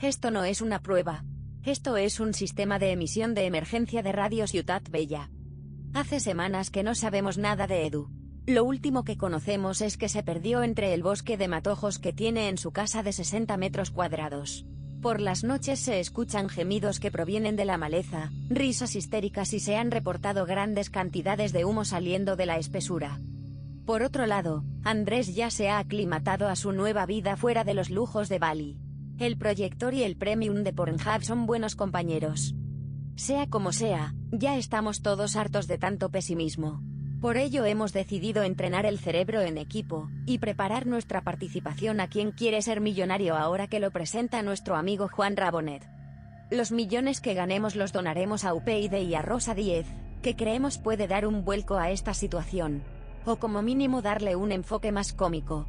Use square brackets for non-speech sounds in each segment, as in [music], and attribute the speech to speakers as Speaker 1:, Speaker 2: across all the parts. Speaker 1: Esto no es una prueba. Esto es un sistema de emisión de emergencia de Radio Ciudad Bella. Hace semanas que no sabemos nada de Edu. Lo último que conocemos es que se perdió entre el bosque de matojos que tiene en su casa de 60 metros cuadrados. Por las noches se escuchan gemidos que provienen de la maleza, risas histéricas y se han reportado grandes cantidades de humo saliendo de la espesura. Por otro lado, Andrés ya se ha aclimatado a su nueva vida fuera de los lujos de Bali. El proyector y el premium de Pornhub son buenos compañeros. Sea como sea, ya estamos todos hartos de tanto pesimismo. Por ello hemos decidido entrenar el cerebro en equipo, y preparar nuestra participación a quien quiere ser millonario ahora que lo presenta nuestro amigo Juan Rabonet. Los millones que ganemos los donaremos a UPyD y a Rosa 10, que creemos puede dar un vuelco a esta situación. O como mínimo darle un enfoque más cómico.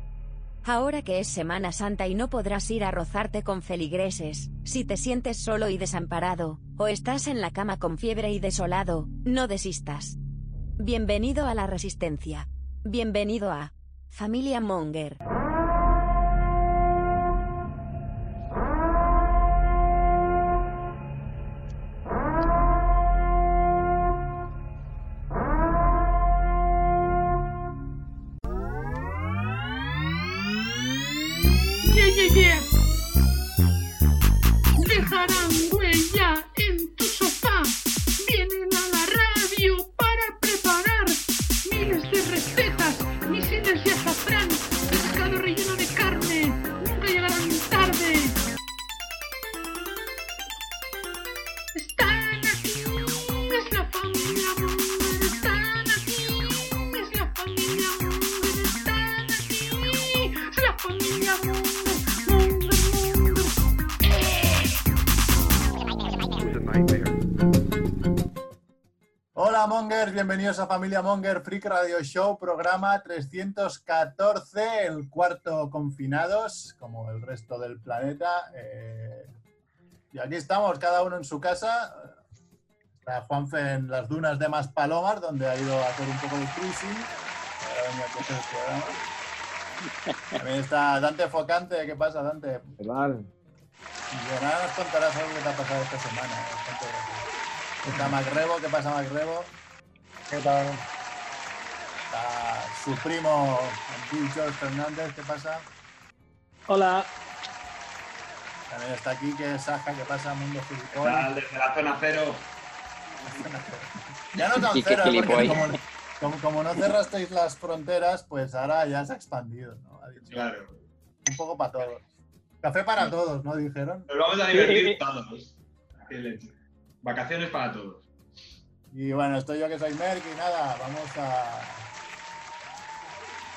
Speaker 1: Ahora que es Semana Santa y no podrás ir a rozarte con feligreses, si te sientes solo y desamparado, o estás en la cama con fiebre y desolado, no desistas. Bienvenido a la Resistencia. Bienvenido a Familia Monger.
Speaker 2: Yeah, yeah, yeah. Dejarán huella en tu sofá. Vienen a la radio para preparar miles de recetas, misiles de azafrán, pescado relleno de carne. Nunca llegarán tarde. Están aquí, es la familia Munger. Están aquí, es la familia Munger. Están aquí, es la familia Munger. Munger, Munger.
Speaker 3: Hola Mongers, bienvenidos a Familia Monger Freak Radio Show, programa 314, el cuarto confinados, como el resto del planeta. eh, y aquí estamos, cada uno en su casa. Está Juanfe en las dunas de Maspalomas, donde ha ido a hacer un poco de cruising. Ahora venía a coger el programa. También está Dante Focante, ¿qué pasa Dante?
Speaker 4: ¿Qué tal?
Speaker 3: Y ahora nos contarás algo que te ha pasado esta semana. eh, bastante gracioso. Está Macrebo, ¿qué pasa Macrebo?
Speaker 5: ¿Qué tal?
Speaker 3: Está su primo Bill George Fernández, ¿qué pasa?
Speaker 6: Hola.
Speaker 3: También está aquí que es Saja, ¿qué pasa? Mundo Gilipollas.
Speaker 7: Tal, desde la zona cero.
Speaker 3: Ya no
Speaker 7: [laughs]
Speaker 3: tan
Speaker 7: Y qué
Speaker 3: cero, ¿eh? porque
Speaker 7: gilipollas.
Speaker 3: como, como- como no cerrasteis las fronteras, pues ahora ya se ha expandido, ¿no? Ha dicho,
Speaker 7: Claro.
Speaker 3: Un poco para todos. Café para todos, ¿no? Dijeron.
Speaker 7: Nos vamos a divertir todos. Qué leche. Vacaciones para todos.
Speaker 3: Y bueno, estoy yo que soy Merck y nada, vamos a.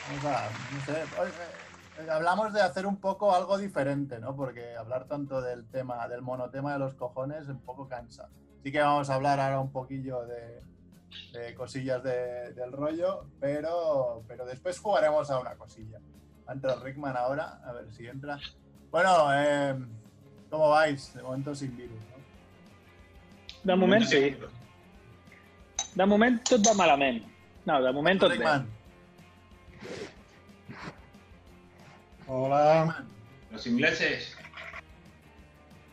Speaker 3: Vamos a. No sé. oye, eh, Hablamos de hacer un poco algo diferente, ¿no? Porque hablar tanto del tema, del monotema de los cojones, un poco cansa. Así que vamos a hablar ahora un poquillo de, de cosillas de- del rollo, pero, pero después jugaremos a una cosilla. Entra Rickman ahora, a ver si entra. Bueno, eh, ¿cómo vais? De momento sin virus, ¿no?
Speaker 6: De moment sí. De moment tot va malament. No, de moment tot bé.
Speaker 3: Rickman,
Speaker 5: Hola.
Speaker 7: Los ingleses.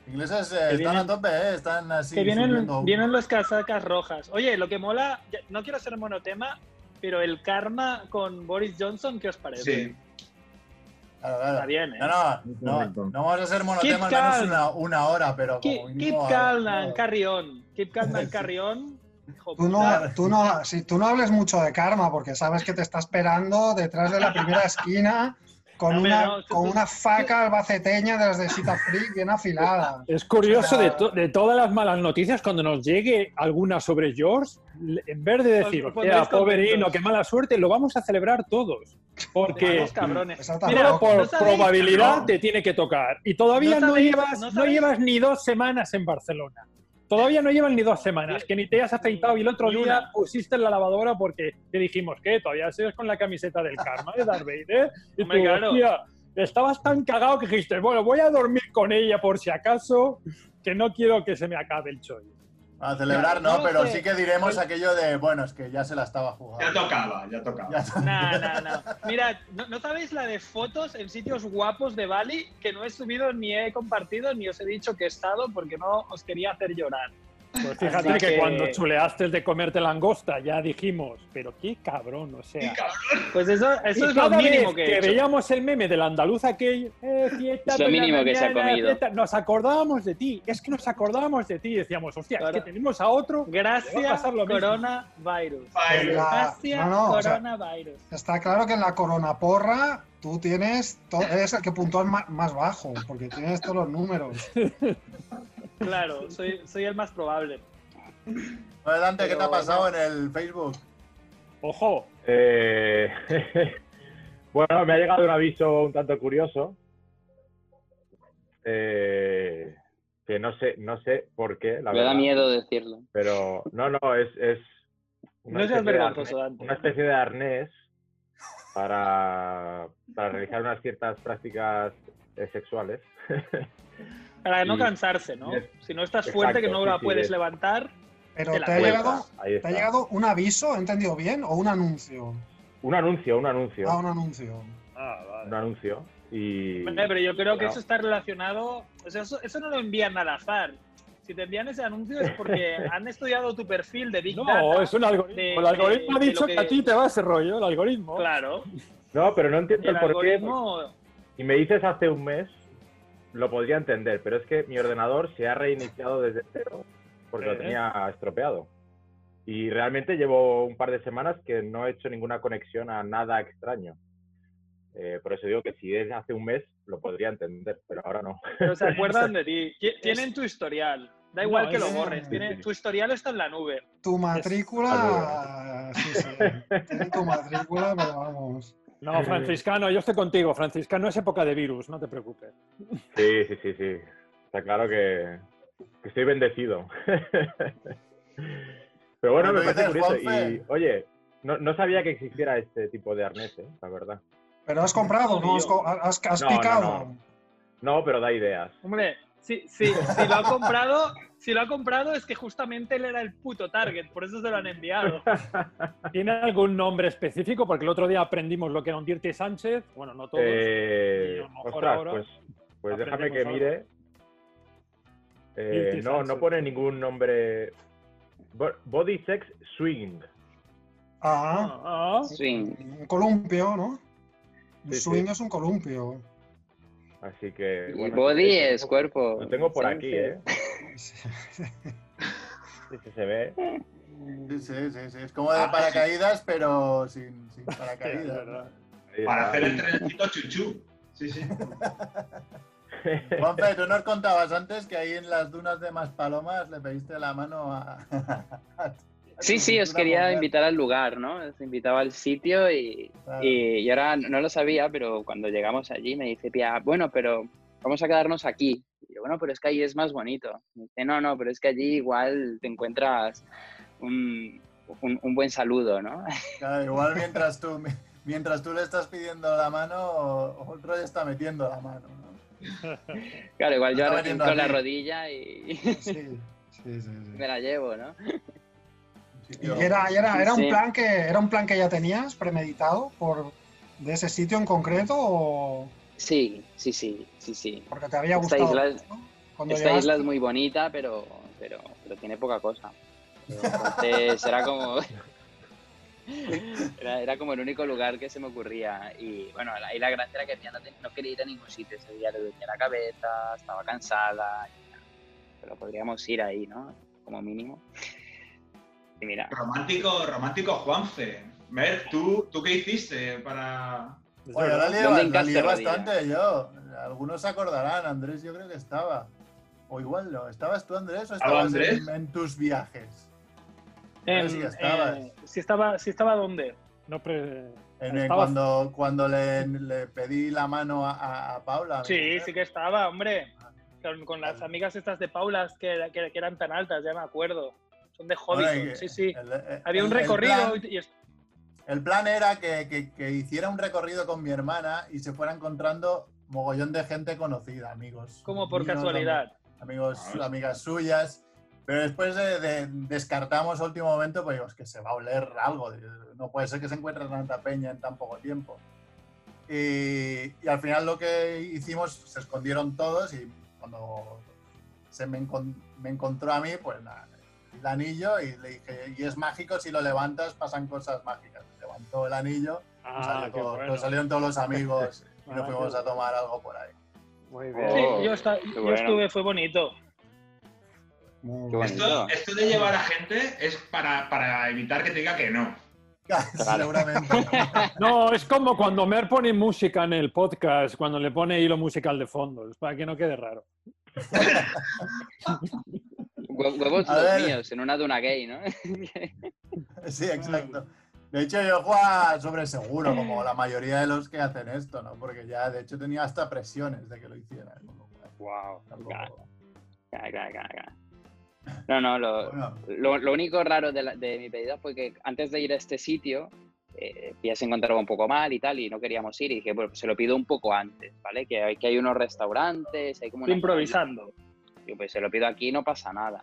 Speaker 3: ingleses eh,
Speaker 6: Que
Speaker 3: están
Speaker 6: vienen-
Speaker 3: a tope, ¿eh? Están así.
Speaker 6: que vienen,
Speaker 3: subiendo-
Speaker 6: vienen las casacas rojas. Oye, lo que mola, ya- no quiero ser monotema, pero el karma con Boris Johnson, ¿qué os parece?
Speaker 7: Sí.
Speaker 3: Claro, claro.
Speaker 6: Está bien, ¿eh?
Speaker 3: No, no,
Speaker 4: Muy
Speaker 3: no,
Speaker 4: correcto.
Speaker 3: no vamos a hacer monotema al
Speaker 6: Keep
Speaker 3: menos
Speaker 6: calm.
Speaker 3: una, una hora, pero como
Speaker 6: Keep, keep
Speaker 3: mínimo...
Speaker 6: calm
Speaker 3: algo.
Speaker 6: and carry on. Keep calm
Speaker 3: [laughs]
Speaker 6: and carry on. Hijo
Speaker 5: Tú
Speaker 6: puta.
Speaker 5: no, tú, no, si, tú no hables mucho de karma porque sabes que te está esperando detrás de la primera esquina con,
Speaker 6: No, hombre,
Speaker 5: una,
Speaker 6: no, tú-
Speaker 5: con
Speaker 6: tú-
Speaker 5: una faca albaceteña de las de Sita Freak bien afilada.
Speaker 8: Es curioso, de, to- de todas las malas noticias, cuando nos llegue alguna sobre George, le- en vez de decir,
Speaker 6: Os- os
Speaker 8: hostia,
Speaker 6: pondréis
Speaker 8: poverino,
Speaker 6: contentos".
Speaker 8: qué mala suerte, lo vamos a celebrar todos. Porque
Speaker 6: Vamos, cabrones.
Speaker 5: Esa
Speaker 6: Mira,
Speaker 8: solo por
Speaker 6: ¿no sabéis-
Speaker 8: probabilidad
Speaker 6: no?
Speaker 8: te tiene que tocar. Y todavía
Speaker 6: ¿No
Speaker 8: no,
Speaker 6: sabéis-
Speaker 8: llevas,
Speaker 6: no
Speaker 8: no,
Speaker 6: sabéis-
Speaker 8: llevas ni dos semanas en Barcelona. Todavía no llevan ni dos semanas, que ni te has afeitado. Y el otro
Speaker 6: Ni
Speaker 8: día
Speaker 6: una.
Speaker 8: pusiste en la lavadora porque te dijimos que todavía sigues con la camiseta del karma de Darth Vader. Y
Speaker 6: Hombre,
Speaker 8: tú,
Speaker 6: claro.
Speaker 8: "Hostia, estabas tan cagado que dijiste, bueno, voy a dormir con ella por si acaso, que no quiero que se me acabe el chollo.
Speaker 3: A celebrar
Speaker 6: No
Speaker 3: no,
Speaker 6: lo
Speaker 3: pero
Speaker 6: sé. Pues
Speaker 3: sí que diremos aquello de, bueno, es que ya se la estaba
Speaker 7: Ya
Speaker 3: jugando.
Speaker 7: tocaba, ya tocaba.
Speaker 3: Ya to-
Speaker 6: Nah, nah, nah. Mira, ¿no, no sabéis la de fotos en sitios guapos de Bali que no he subido ni he compartido ni os he dicho que he estado porque no os quería hacer llorar?
Speaker 8: Pues fíjate
Speaker 6: Así
Speaker 8: que,
Speaker 6: que-
Speaker 8: cuando chuleaste de comerte langosta ya dijimos, pero qué cabrón, o sea.
Speaker 7: Y cabrón,
Speaker 6: Pues eso, eso
Speaker 8: Y
Speaker 6: es lo
Speaker 8: cada
Speaker 6: mínimo
Speaker 8: vez
Speaker 6: que, he
Speaker 8: que
Speaker 6: hecho.
Speaker 8: veíamos el meme del andaluz aquel, eh, fiesta
Speaker 4: Es lo
Speaker 8: por la
Speaker 4: mínimo que se ha
Speaker 8: mañana,
Speaker 4: comido.
Speaker 8: fiesta, Nos acordábamos de ti, es que nos acordábamos de ti, decíamos, hostia,
Speaker 6: Claro.
Speaker 8: es que tenemos a otro. Le va a
Speaker 6: Gracias
Speaker 8: pasar lo mismo.
Speaker 6: coronavirus.
Speaker 7: Byron.
Speaker 5: Venga.
Speaker 6: Gracias
Speaker 5: No, no, o sea-
Speaker 6: coronavirus.
Speaker 5: Está claro que en la corona porra tú tienes, to- eres el que puntúa ma- más bajo, porque tienes todos los números.
Speaker 6: Claro, soy, soy el más probable.
Speaker 3: Adelante, ¿qué te
Speaker 6: Pero
Speaker 3: ha pasado en el Facebook?
Speaker 8: Ojo,
Speaker 9: Eh, [laughs] bueno, me ha llegado un aviso un tanto curioso. eh, que no sé, no sé por qué, [laughs] la
Speaker 4: Me da
Speaker 9: verdad.
Speaker 4: miedo decirlo.
Speaker 9: Pero no, no, es, es una
Speaker 6: No seas
Speaker 9: especie de
Speaker 6: vergonzoso,
Speaker 9: arnés-
Speaker 6: Dante.
Speaker 9: Una especie de arnés para, para realizar unas ciertas prácticas eh, sexuales. [laughs]
Speaker 6: Para no
Speaker 9: Y-
Speaker 6: cansarse, ¿no?
Speaker 9: Yes.
Speaker 6: Si no estás
Speaker 9: Exacto,
Speaker 6: fuerte, que no
Speaker 9: sí,
Speaker 6: la
Speaker 9: sí,
Speaker 6: puedes
Speaker 9: es-
Speaker 6: levantar.
Speaker 5: Pero
Speaker 6: Te la
Speaker 5: te ha,
Speaker 9: Ahí
Speaker 5: llegado,
Speaker 9: está, ahí
Speaker 5: te ha
Speaker 9: está.
Speaker 5: llegado un aviso, ¿he entendido bien? ¿O un anuncio?
Speaker 9: Un anuncio, un anuncio.
Speaker 5: Ah, un anuncio.
Speaker 9: Un anuncio. Y.
Speaker 6: Bueno, Ah, pero yo creo que
Speaker 9: no.
Speaker 6: eso está relacionado. O sea, eso, eso no lo envían al azar. Si te envían ese anuncio es
Speaker 8: [laughs]
Speaker 6: porque han estudiado tu perfil de Big
Speaker 8: no,
Speaker 6: Data.
Speaker 8: es un algoritmo.
Speaker 6: de-
Speaker 8: Pues el
Speaker 6: eh,
Speaker 8: algoritmo
Speaker 6: de-
Speaker 8: ha
Speaker 6: de
Speaker 8: dicho
Speaker 6: lo
Speaker 8: que...
Speaker 6: que-
Speaker 8: a ti te va ese rollo, el algoritmo. [laughs]
Speaker 6: Claro,
Speaker 9: No, pero no entiendo
Speaker 6: el
Speaker 9: el por qué.
Speaker 6: algoritmo.
Speaker 9: Si me dices hace un mes, lo podría entender, pero es que mi ordenador se ha reiniciado desde cero porque lo
Speaker 8: Sí.
Speaker 9: tenía estropeado. Y realmente llevo un par de semanas que no he hecho ninguna conexión a nada extraño. Eh, por eso digo que si es hace un mes, lo podría entender, pero ahora no. [laughs]
Speaker 6: Pero se acuerdan
Speaker 8: [laughs]
Speaker 6: de ti. Ti- Tienen tu historial. Da
Speaker 8: pues. No,
Speaker 6: igual que
Speaker 8: es-
Speaker 6: lo borres. tienen- tu historial está en la nube.
Speaker 5: Tu matrícula. Sí, sí. Tiene tu matrícula, pero vamos.
Speaker 8: No, franciscano, yo estoy contigo, franciscano, es época de virus, no te preocupes.
Speaker 9: Sí, sí, sí, sí. Está claro que, que estoy bendecido. [laughs] Pero bueno,
Speaker 3: Cuando
Speaker 9: me parece
Speaker 3: dices,
Speaker 9: curioso. Y
Speaker 3: "Juanfe".
Speaker 9: oye, no, no sabía que existiera este tipo de arnés, eh, la verdad.
Speaker 5: Pero has comprado, ¿no? Has, co- has- has
Speaker 9: No, no,
Speaker 5: picado.
Speaker 9: no. No, pero da ideas.
Speaker 6: Hombre, si, si, si lo ha comprado, si lo ha comprado es que justamente él era el puto target, por eso se lo han enviado.
Speaker 8: ¿Tiene algún nombre específico? Porque el otro día aprendimos lo que era un Dirty Sánchez. [laughs] Bueno, no todos.
Speaker 9: Eh,
Speaker 8: Y a lo mejor
Speaker 9: ostras,
Speaker 8: ahora
Speaker 9: pues, pues déjame que
Speaker 8: aprendemos
Speaker 9: mire. Eh,
Speaker 8: Dirty
Speaker 9: no,
Speaker 8: Sanchez.
Speaker 9: no pone ningún nombre. Bo- Body Sex Swing.
Speaker 5: Ah,
Speaker 8: Ah, ah.
Speaker 4: Swing.
Speaker 5: un columpio, ¿no? Un
Speaker 9: Sí, sí.
Speaker 5: swing es un columpio.
Speaker 9: Así que.
Speaker 4: Y
Speaker 9: bueno,
Speaker 4: body
Speaker 9: sí,
Speaker 4: es
Speaker 9: lo tengo-
Speaker 4: cuerpo.
Speaker 9: Lo tengo por
Speaker 4: Sí,
Speaker 9: aquí,
Speaker 4: sí.
Speaker 9: ¿eh? Sí, sí, se ve.
Speaker 3: Sí, sí, sí, sí, Es como
Speaker 7: Ah,
Speaker 6: Ah,
Speaker 3: de paracaídas, pero sin,
Speaker 6: [laughs]
Speaker 3: sin paracaídas. ¿no?
Speaker 9: Ahí
Speaker 7: Para
Speaker 9: está.
Speaker 7: hacer el trenecito chuchú. Sí, sí.
Speaker 3: Juanfe, tú nos contabas antes que ahí en las dunas de Maspalomas le pediste la mano a. [laughs] a tu
Speaker 4: Sí, sí, os
Speaker 3: futura
Speaker 4: quería
Speaker 3: mujer.
Speaker 4: invitar al lugar, ¿no? Os invitaba al sitio y,
Speaker 3: Claro.
Speaker 4: y, y ahora no lo sabía, pero cuando llegamos allí me dice Pia, bueno, pero vamos a quedarnos aquí. Y yo, bueno, pero es que allí es más bonito. Me dice, no, no, pero es que allí igual te encuentras un, un- un buen saludo, ¿no? [laughs]
Speaker 3: Claro, igual mientras tú, mientras tú le estás pidiendo la mano, otro le está metiendo la mano. ¿no?
Speaker 4: Claro, igual yo
Speaker 3: Estaba
Speaker 4: ahora
Speaker 3: yendo
Speaker 4: con la
Speaker 3: allí.
Speaker 4: rodilla y [laughs]
Speaker 5: Sí, sí, sí. sí.
Speaker 4: me la llevo, ¿no?
Speaker 3: Un
Speaker 5: Y
Speaker 3: sitio-
Speaker 5: era, y era, era
Speaker 4: Sí.
Speaker 5: un plan que era un plan que ya tenías premeditado por de ese sitio en concreto o
Speaker 4: Sí, sí, sí, sí, sí.
Speaker 5: porque te había
Speaker 4: Esta
Speaker 5: gustado.
Speaker 4: isla-
Speaker 5: ¿no? Cuando
Speaker 4: Esta
Speaker 5: llegaste-
Speaker 4: isla es muy bonita, pero, pero, pero tiene poca
Speaker 3: [laughs]
Speaker 4: cosa. Entonces era como. [laughs] Era, era como el único lugar que se me ocurría. Y bueno, ahí la gracia era que tenía- no, te- no quería ir a ningún sitio. Ese día le dolía la cabeza, estaba cansada. y tal. Pero podríamos ir ahí, ¿no? Como mínimo. Y mira,
Speaker 7: Romántico, romántico Juanfe. Mer, ¿tú, ¿tú qué hiciste para...?
Speaker 8: Es
Speaker 3: Oye,
Speaker 8: verdad.
Speaker 3: la lié,
Speaker 4: ¿Dónde
Speaker 3: ba- la
Speaker 4: hincaste
Speaker 3: lié
Speaker 4: rodilla?
Speaker 3: bastante yo. Algunos se acordarán, Andrés yo creo que estaba. O igual no. ¿Estabas tú, Andrés, o estabas
Speaker 7: Andrés?
Speaker 3: En, en tus viajes?
Speaker 6: Em,
Speaker 3: sí que estabas.
Speaker 6: eh, si estaba, si estaba dónde?
Speaker 8: No pre- [laughs]
Speaker 3: En-
Speaker 8: Estabas-
Speaker 3: Eh, Cuando, cuando le, le pedí la mano a, a- a Paula. ¿eh? a mi
Speaker 6: Sí,
Speaker 3: mujer.
Speaker 6: sí que estaba, hombre. Con, con las amigas estas de Paulas que, que- que eran tan altas, ya me acuerdo. Son de
Speaker 3: Bueno,
Speaker 6: Hobbiton,
Speaker 3: y-
Speaker 6: sí, sí.
Speaker 3: eh, el- el-
Speaker 6: Había un
Speaker 3: el- el
Speaker 6: recorrido
Speaker 3: plan-
Speaker 6: y, y-
Speaker 3: El plan era que, que- que hiciera un recorrido con mi hermana y se fuera encontrando mogollón de gente conocida, amigos.
Speaker 6: como por
Speaker 3: míos,
Speaker 6: casualidad.
Speaker 3: Amigos,
Speaker 7: Ah,
Speaker 3: amigas suyas. Pero después de, de- descartamos a último momento, pues digo, es que se va a oler algo. No puede ser que se encuentre tanta peña en tan poco tiempo. Y, y al final lo que hicimos, se escondieron todos y cuando se me, encon- me encontró a mí, pues nada, el anillo y le dije, y es mágico, si lo levantas pasan cosas mágicas. Levantó el anillo, y
Speaker 8: Ah,
Speaker 3: salió
Speaker 8: qué
Speaker 3: todo-
Speaker 8: bueno.
Speaker 3: salieron todos
Speaker 8: [laughs]
Speaker 3: los amigos y
Speaker 8: Ah,
Speaker 3: nos
Speaker 8: qué
Speaker 3: fuimos a
Speaker 8: bueno.
Speaker 3: tomar algo por ahí. [laughs]
Speaker 8: Muy
Speaker 4: Oh,
Speaker 8: bien.
Speaker 6: sí, yo, esta-
Speaker 4: qué
Speaker 6: yo
Speaker 4: bueno.
Speaker 6: estuve, fue bonito.
Speaker 5: Muy
Speaker 4: Qué
Speaker 5: bien.
Speaker 4: bonito.
Speaker 7: Esto, esto de llevar a gente es para, para evitar que te diga que no.
Speaker 3: Ah, Seguramente.
Speaker 8: No, es como cuando Mer pone música en el podcast, cuando le pone hilo musical de fondo, es para que no quede raro.
Speaker 4: Hue- Huevos
Speaker 3: A
Speaker 4: los
Speaker 3: ver.
Speaker 4: míos, en una duna gay, ¿no? [laughs]
Speaker 3: Sí,
Speaker 8: Mm.
Speaker 3: exacto. De hecho, yo jugaba sobre seguro, como la mayoría de los que hacen esto, ¿no? Porque ya, de hecho, tenía hasta presiones de que lo hiciera. con lo cual,
Speaker 4: wow.
Speaker 3: tampoco-
Speaker 4: No, no, lo,
Speaker 3: Bueno,
Speaker 4: Lo, lo único raro de, la- de mi pedida fue que antes de ir a este sitio, eh, ya se encontraba un poco mal y tal, y no queríamos ir. Y dije, bueno, pues se lo pido un poco antes, ¿vale? Que hay, que hay unos restaurantes, hay como una.
Speaker 6: Improvisando.
Speaker 4: Digo, pues se lo pido aquí, no pasa nada.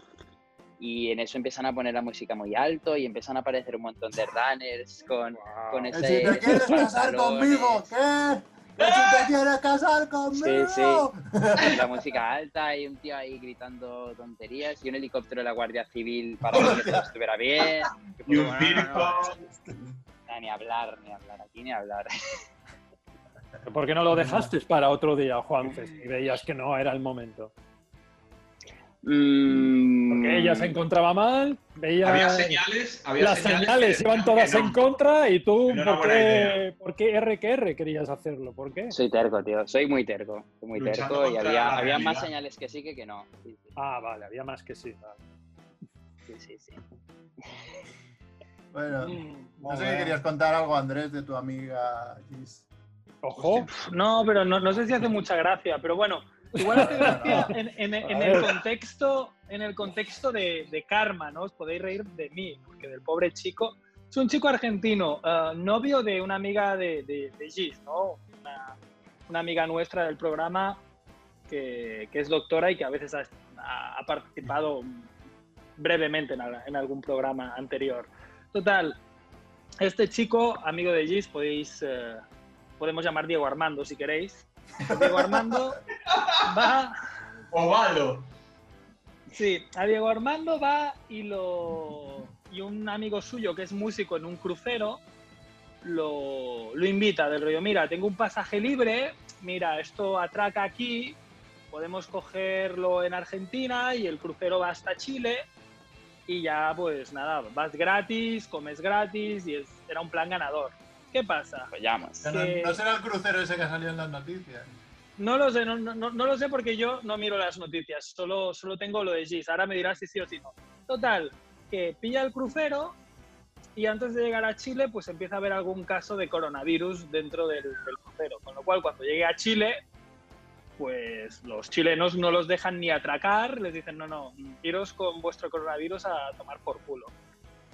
Speaker 4: Y en eso empiezan a poner la música muy alto y empiezan a aparecer un montón de runners con, con
Speaker 3: "Eh,
Speaker 4: ese.
Speaker 3: si te quieres casar
Speaker 4: pantalones,
Speaker 3: conmigo, ¿qué? ¡Que si te quieres casar conmigo!
Speaker 4: con La música alta y un tío ahí gritando tonterías y un helicóptero de la Guardia Civil para ver que todo estuviera bien. Que
Speaker 7: Y
Speaker 4: fue
Speaker 7: un
Speaker 4: como, no, no, no,
Speaker 7: circo.
Speaker 4: Nah, ni hablar, ni hablar, aquí ni hablar. [laughs]
Speaker 8: ¿Por qué no lo dejaste para otro día, Juanfe? Si veías que no era el momento.
Speaker 7: mm,
Speaker 8: Porque ella se encontraba mal, veía
Speaker 7: Había señales. Había
Speaker 8: las
Speaker 7: señales,
Speaker 8: señales,
Speaker 7: que
Speaker 8: iban
Speaker 7: decían
Speaker 8: todas
Speaker 7: que no.
Speaker 8: en contra y tú,
Speaker 7: Que no era
Speaker 8: ¿por
Speaker 7: buena
Speaker 8: qué,
Speaker 7: idea.
Speaker 8: ¿por qué RQR querías hacerlo? ¿Por qué? [laughs]
Speaker 4: Soy terco, tío, soy muy terco, soy muy
Speaker 7: Luchando
Speaker 4: terco y
Speaker 7: contra
Speaker 4: había,
Speaker 7: la
Speaker 4: había más
Speaker 7: realidad.
Speaker 4: señales que sí que que no. Sí, sí,
Speaker 8: Ah, vale, había más que sí. vale.
Speaker 4: sí, sí, sí.
Speaker 3: Bueno,
Speaker 6: Mm,
Speaker 3: no sé si
Speaker 5: Joder.
Speaker 3: querías contar algo, Andrés, de tu amiga Gis.
Speaker 8: Ojo,
Speaker 6: No, pero no, no sé si hace mucha gracia,
Speaker 3: [laughs]
Speaker 6: pero bueno, igual hace gracia en, en- en el contexto, en el contexto de, de karma, ¿no? Os podéis reír de mí, porque del pobre chico. Es un chico argentino, eh, novio de una amiga de, de, de Gis, ¿no? Una, una amiga nuestra del programa que, que es doctora y que a veces ha, ha- ha participado brevemente en, al- en algún programa anterior. Total, este chico, amigo de Gis, podéis... eh, podemos llamar Diego Armando si queréis. Diego Armando va,
Speaker 7: Ovaldo.
Speaker 6: sí, a Diego Armando va y lo y un amigo suyo que es músico en un crucero lo, lo invita del rollo, mira, tengo un pasaje libre, mira, esto atraca aquí, podemos cogerlo en Argentina y el crucero va hasta Chile y ya pues nada, vas gratis, comes gratis y es- era un plan ganador. ¿Qué pasa?
Speaker 4: Pues llamas.
Speaker 3: Que No,
Speaker 6: Sí.
Speaker 3: no será el crucero ese que salió en las noticias.
Speaker 6: No lo sé, no, no- no- no lo sé porque yo no miro las noticias, solo, solo tengo lo de Gis. Ahora me dirás si sí o si no. Total, que pilla el crucero y antes de llegar a Chile, pues empieza a haber algún caso de coronavirus dentro del, del crucero. Con lo cual, cuando llegue a Chile, pues los chilenos no los dejan ni atracar, les dicen, no, no, iros con vuestro coronavirus a tomar por culo.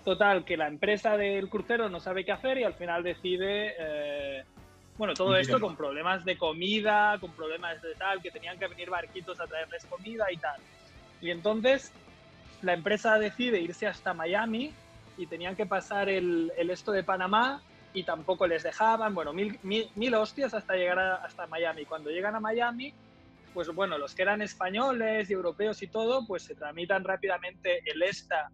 Speaker 6: Total, que la empresa del crucero no sabe qué hacer y al final decide... eh, bueno, todo
Speaker 7: Un
Speaker 6: esto
Speaker 7: dilema.
Speaker 6: con problemas de comida, con problemas de tal, que tenían que venir barquitos a traerles comida y tal. Y entonces la empresa decide irse hasta Miami y tenían que pasar el, el esto de Panamá y tampoco les dejaban, bueno, mil, mil, mil hostias hasta llegar a- hasta Miami. Cuando llegan a Miami, pues bueno, los que eran españoles y europeos y todo, pues se tramitan rápidamente el ESTA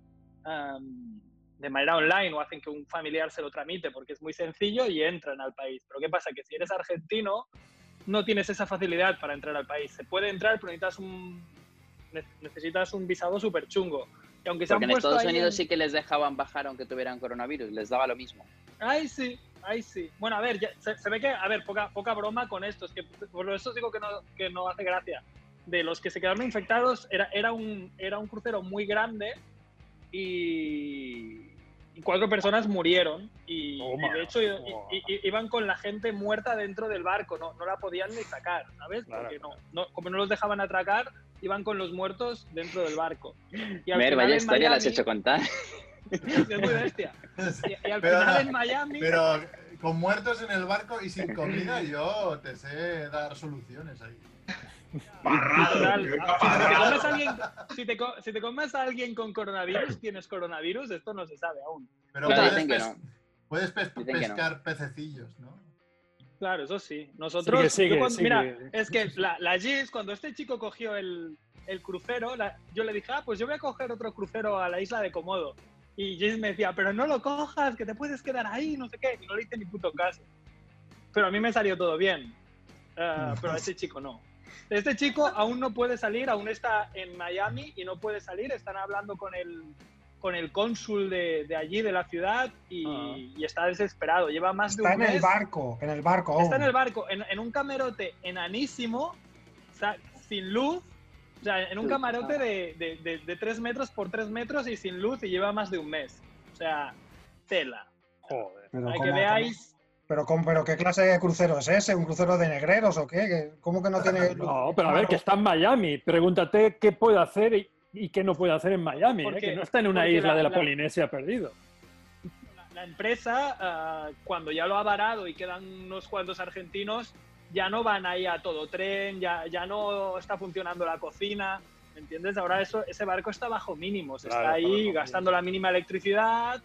Speaker 6: am, de manera online o hacen que un familiar se lo tramite porque es muy sencillo y entran al país. Pero ¿qué pasa? Que si eres argentino, no tienes esa facilidad para entrar al país. Se puede entrar, pero necesitas un, ne- necesitas un visado súper chungo. Y aunque se
Speaker 4: Porque en
Speaker 6: han puesto
Speaker 4: Estados
Speaker 6: ahí en-
Speaker 4: Unidos sí que les dejaban bajar aunque tuvieran coronavirus, les daba lo mismo.
Speaker 6: Ay, sí, ay, sí. Bueno, a ver, ya- se, se ve que, a ver, poca, poca broma con esto. Es que por eso os digo que no, que no hace gracia. De los que se quedaron infectados, era, era, un, era un crucero muy grande y, y cuatro personas murieron. Y,
Speaker 8: Toma,
Speaker 6: y de hecho, i-
Speaker 8: toma.
Speaker 6: i- i- iban con la gente muerta dentro del barco, no, no la podían ni sacar, ¿sabes?
Speaker 8: Claro,
Speaker 6: Porque no, no- como no los dejaban atracar, iban con los muertos dentro del barco. Y al
Speaker 4: Ver,
Speaker 6: final
Speaker 4: vaya
Speaker 6: en
Speaker 4: historia las he
Speaker 6: Miami-
Speaker 4: hecho contar.
Speaker 6: [laughs] Es muy bestia. Y, y al
Speaker 3: Pero
Speaker 6: final
Speaker 3: no,
Speaker 6: en Miami.
Speaker 3: Pero
Speaker 6: [laughs]
Speaker 3: con muertos en el barco y sin comida, yo te sé dar soluciones ahí.
Speaker 7: Parrado.
Speaker 3: [laughs]
Speaker 6: Tal.
Speaker 7: que venga
Speaker 6: Si te,
Speaker 7: parrado.
Speaker 6: comes a alguien, si, te co- si te comes a alguien con coronavirus, tienes coronavirus, esto no se sabe aún.
Speaker 3: Pero
Speaker 4: Claro,
Speaker 3: puedes,
Speaker 4: dicen que
Speaker 3: pes-
Speaker 4: no.
Speaker 3: puedes pes-
Speaker 4: Dicen que no.
Speaker 3: pescar pececillos, ¿no?
Speaker 6: Claro, eso sí. Nosotros.
Speaker 8: Sigue, sigue,
Speaker 6: yo cuando-
Speaker 8: sigue.
Speaker 6: Mira, es que la, la Gis, cuando este chico cogió el, el crucero, la- yo le dije, ah, pues yo voy a coger otro crucero a la isla de Komodo. Y Gis me decía, pero no lo cojas, que te puedes quedar ahí, no sé qué. Y no le hice ni puto caso. Pero a mí me salió todo bien. Ah, pero a este chico no. Este chico aún no puede salir, aún está en Miami y no puede salir. Están hablando con el, con el cónsul de, de allí, de la ciudad, y,
Speaker 8: Ah.
Speaker 6: y está desesperado. Lleva más de
Speaker 5: Está
Speaker 6: un
Speaker 5: en
Speaker 6: mes.
Speaker 5: el barco, en el barco. oh.
Speaker 6: Está en
Speaker 5: aún.
Speaker 6: el barco, en, en un camarote enanísimo, o sea, sin luz, o sea, en un
Speaker 4: Sí,
Speaker 6: camarote
Speaker 4: claro.
Speaker 6: de, de, de- de 3 metros por 3 metros y sin luz y lleva más de un mes. O sea, tela.
Speaker 8: Joder.
Speaker 5: Pero
Speaker 6: Para que
Speaker 5: ¿cómo-
Speaker 6: veáis,
Speaker 5: cómo- pero, cómo- pero ¿qué clase de crucero es ese? ¿Un crucero de negreros o qué? ¿Qué- ¿Cómo
Speaker 3: [laughs]
Speaker 5: que no tiene
Speaker 8: [laughs]
Speaker 5: luz?
Speaker 8: No, pero a ver, que está en Miami. Pregúntate qué puede hacer y, y qué no puede hacer en Miami. ¿eh?
Speaker 6: Porque-
Speaker 8: Que no está en una
Speaker 6: porque
Speaker 8: isla
Speaker 6: la-
Speaker 8: de la,
Speaker 6: la-
Speaker 8: Polinesia perdido.
Speaker 6: la, la empresa, ah, cuando ya lo ha varado y quedan unos cuantos argentinos, ya no van ahí a todo tren, ya, ya no está funcionando la cocina. ¿me ¿Entiendes? Ahora eso, ese barco está bajo mínimos,
Speaker 8: Claro,
Speaker 6: está
Speaker 8: está bajo
Speaker 6: ahí
Speaker 8: mínimos.
Speaker 6: gastando la mínima electricidad.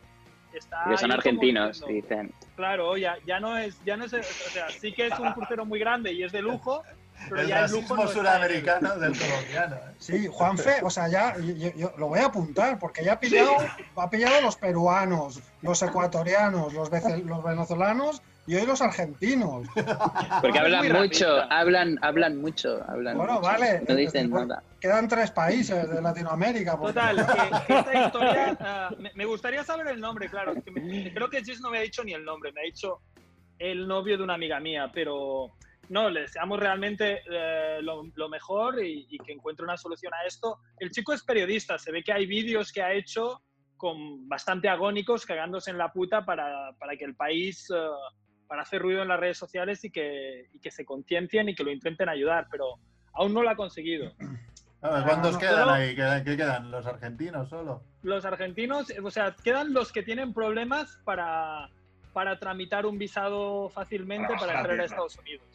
Speaker 6: Está
Speaker 4: Porque son
Speaker 6: ahí como
Speaker 4: argentinos,
Speaker 6: diciendo, [laughs]
Speaker 4: dicen.
Speaker 6: Claro, ya, ya no es, ya no es, o sea, sí que es un crucero muy grande y es de lujo, pero
Speaker 3: el
Speaker 6: ya el lujo
Speaker 3: racismo
Speaker 6: no está en él.
Speaker 3: suramericano del colombiano. ¿eh?
Speaker 5: Sí, Juanfe, o sea, ya yo, yo- yo lo voy a apuntar porque ya ha pillado, ha pillado los peruanos, los ecuatorianos, los, vece- los venezolanos y hoy los argentinos.
Speaker 4: Porque
Speaker 6: "Ah, Es muy
Speaker 4: hablan mucho,
Speaker 6: racista.
Speaker 4: hablan, hablan mucho, hablan
Speaker 5: Bueno,
Speaker 4: mucho.
Speaker 5: vale.
Speaker 4: No dicen
Speaker 5: Bueno,
Speaker 4: nada.
Speaker 5: Quedan tres países de Latinoamérica. porque-
Speaker 6: Total, que esta
Speaker 5: [laughs]
Speaker 6: historia, ah, me, me gustaría saber el nombre, claro, que me- creo que Jess no me ha dicho ni el nombre, me ha dicho el novio de una amiga mía, pero no, le deseamos realmente eh, lo, lo mejor y, y que encuentre una solución a esto. El chico es periodista, se ve que hay vídeos que ha hecho con bastante agónicos, cagándose en la puta para, para que el país, eh, para hacer ruido en las redes sociales y que, y que se conciencien y que lo intenten ayudar, pero aún no lo ha conseguido.
Speaker 3: A ver, ¿Cuántos
Speaker 6: no,
Speaker 3: quedan
Speaker 6: pero-
Speaker 3: ahí? ¿Quedan- ¿Qué quedan? ¿Los argentinos solo?
Speaker 6: los argentinos, o sea, quedan los que tienen problemas para, para tramitar un visado fácilmente
Speaker 7: Para
Speaker 6: para
Speaker 7: bajar
Speaker 6: entrar a
Speaker 7: tierra.
Speaker 6: Estados Unidos.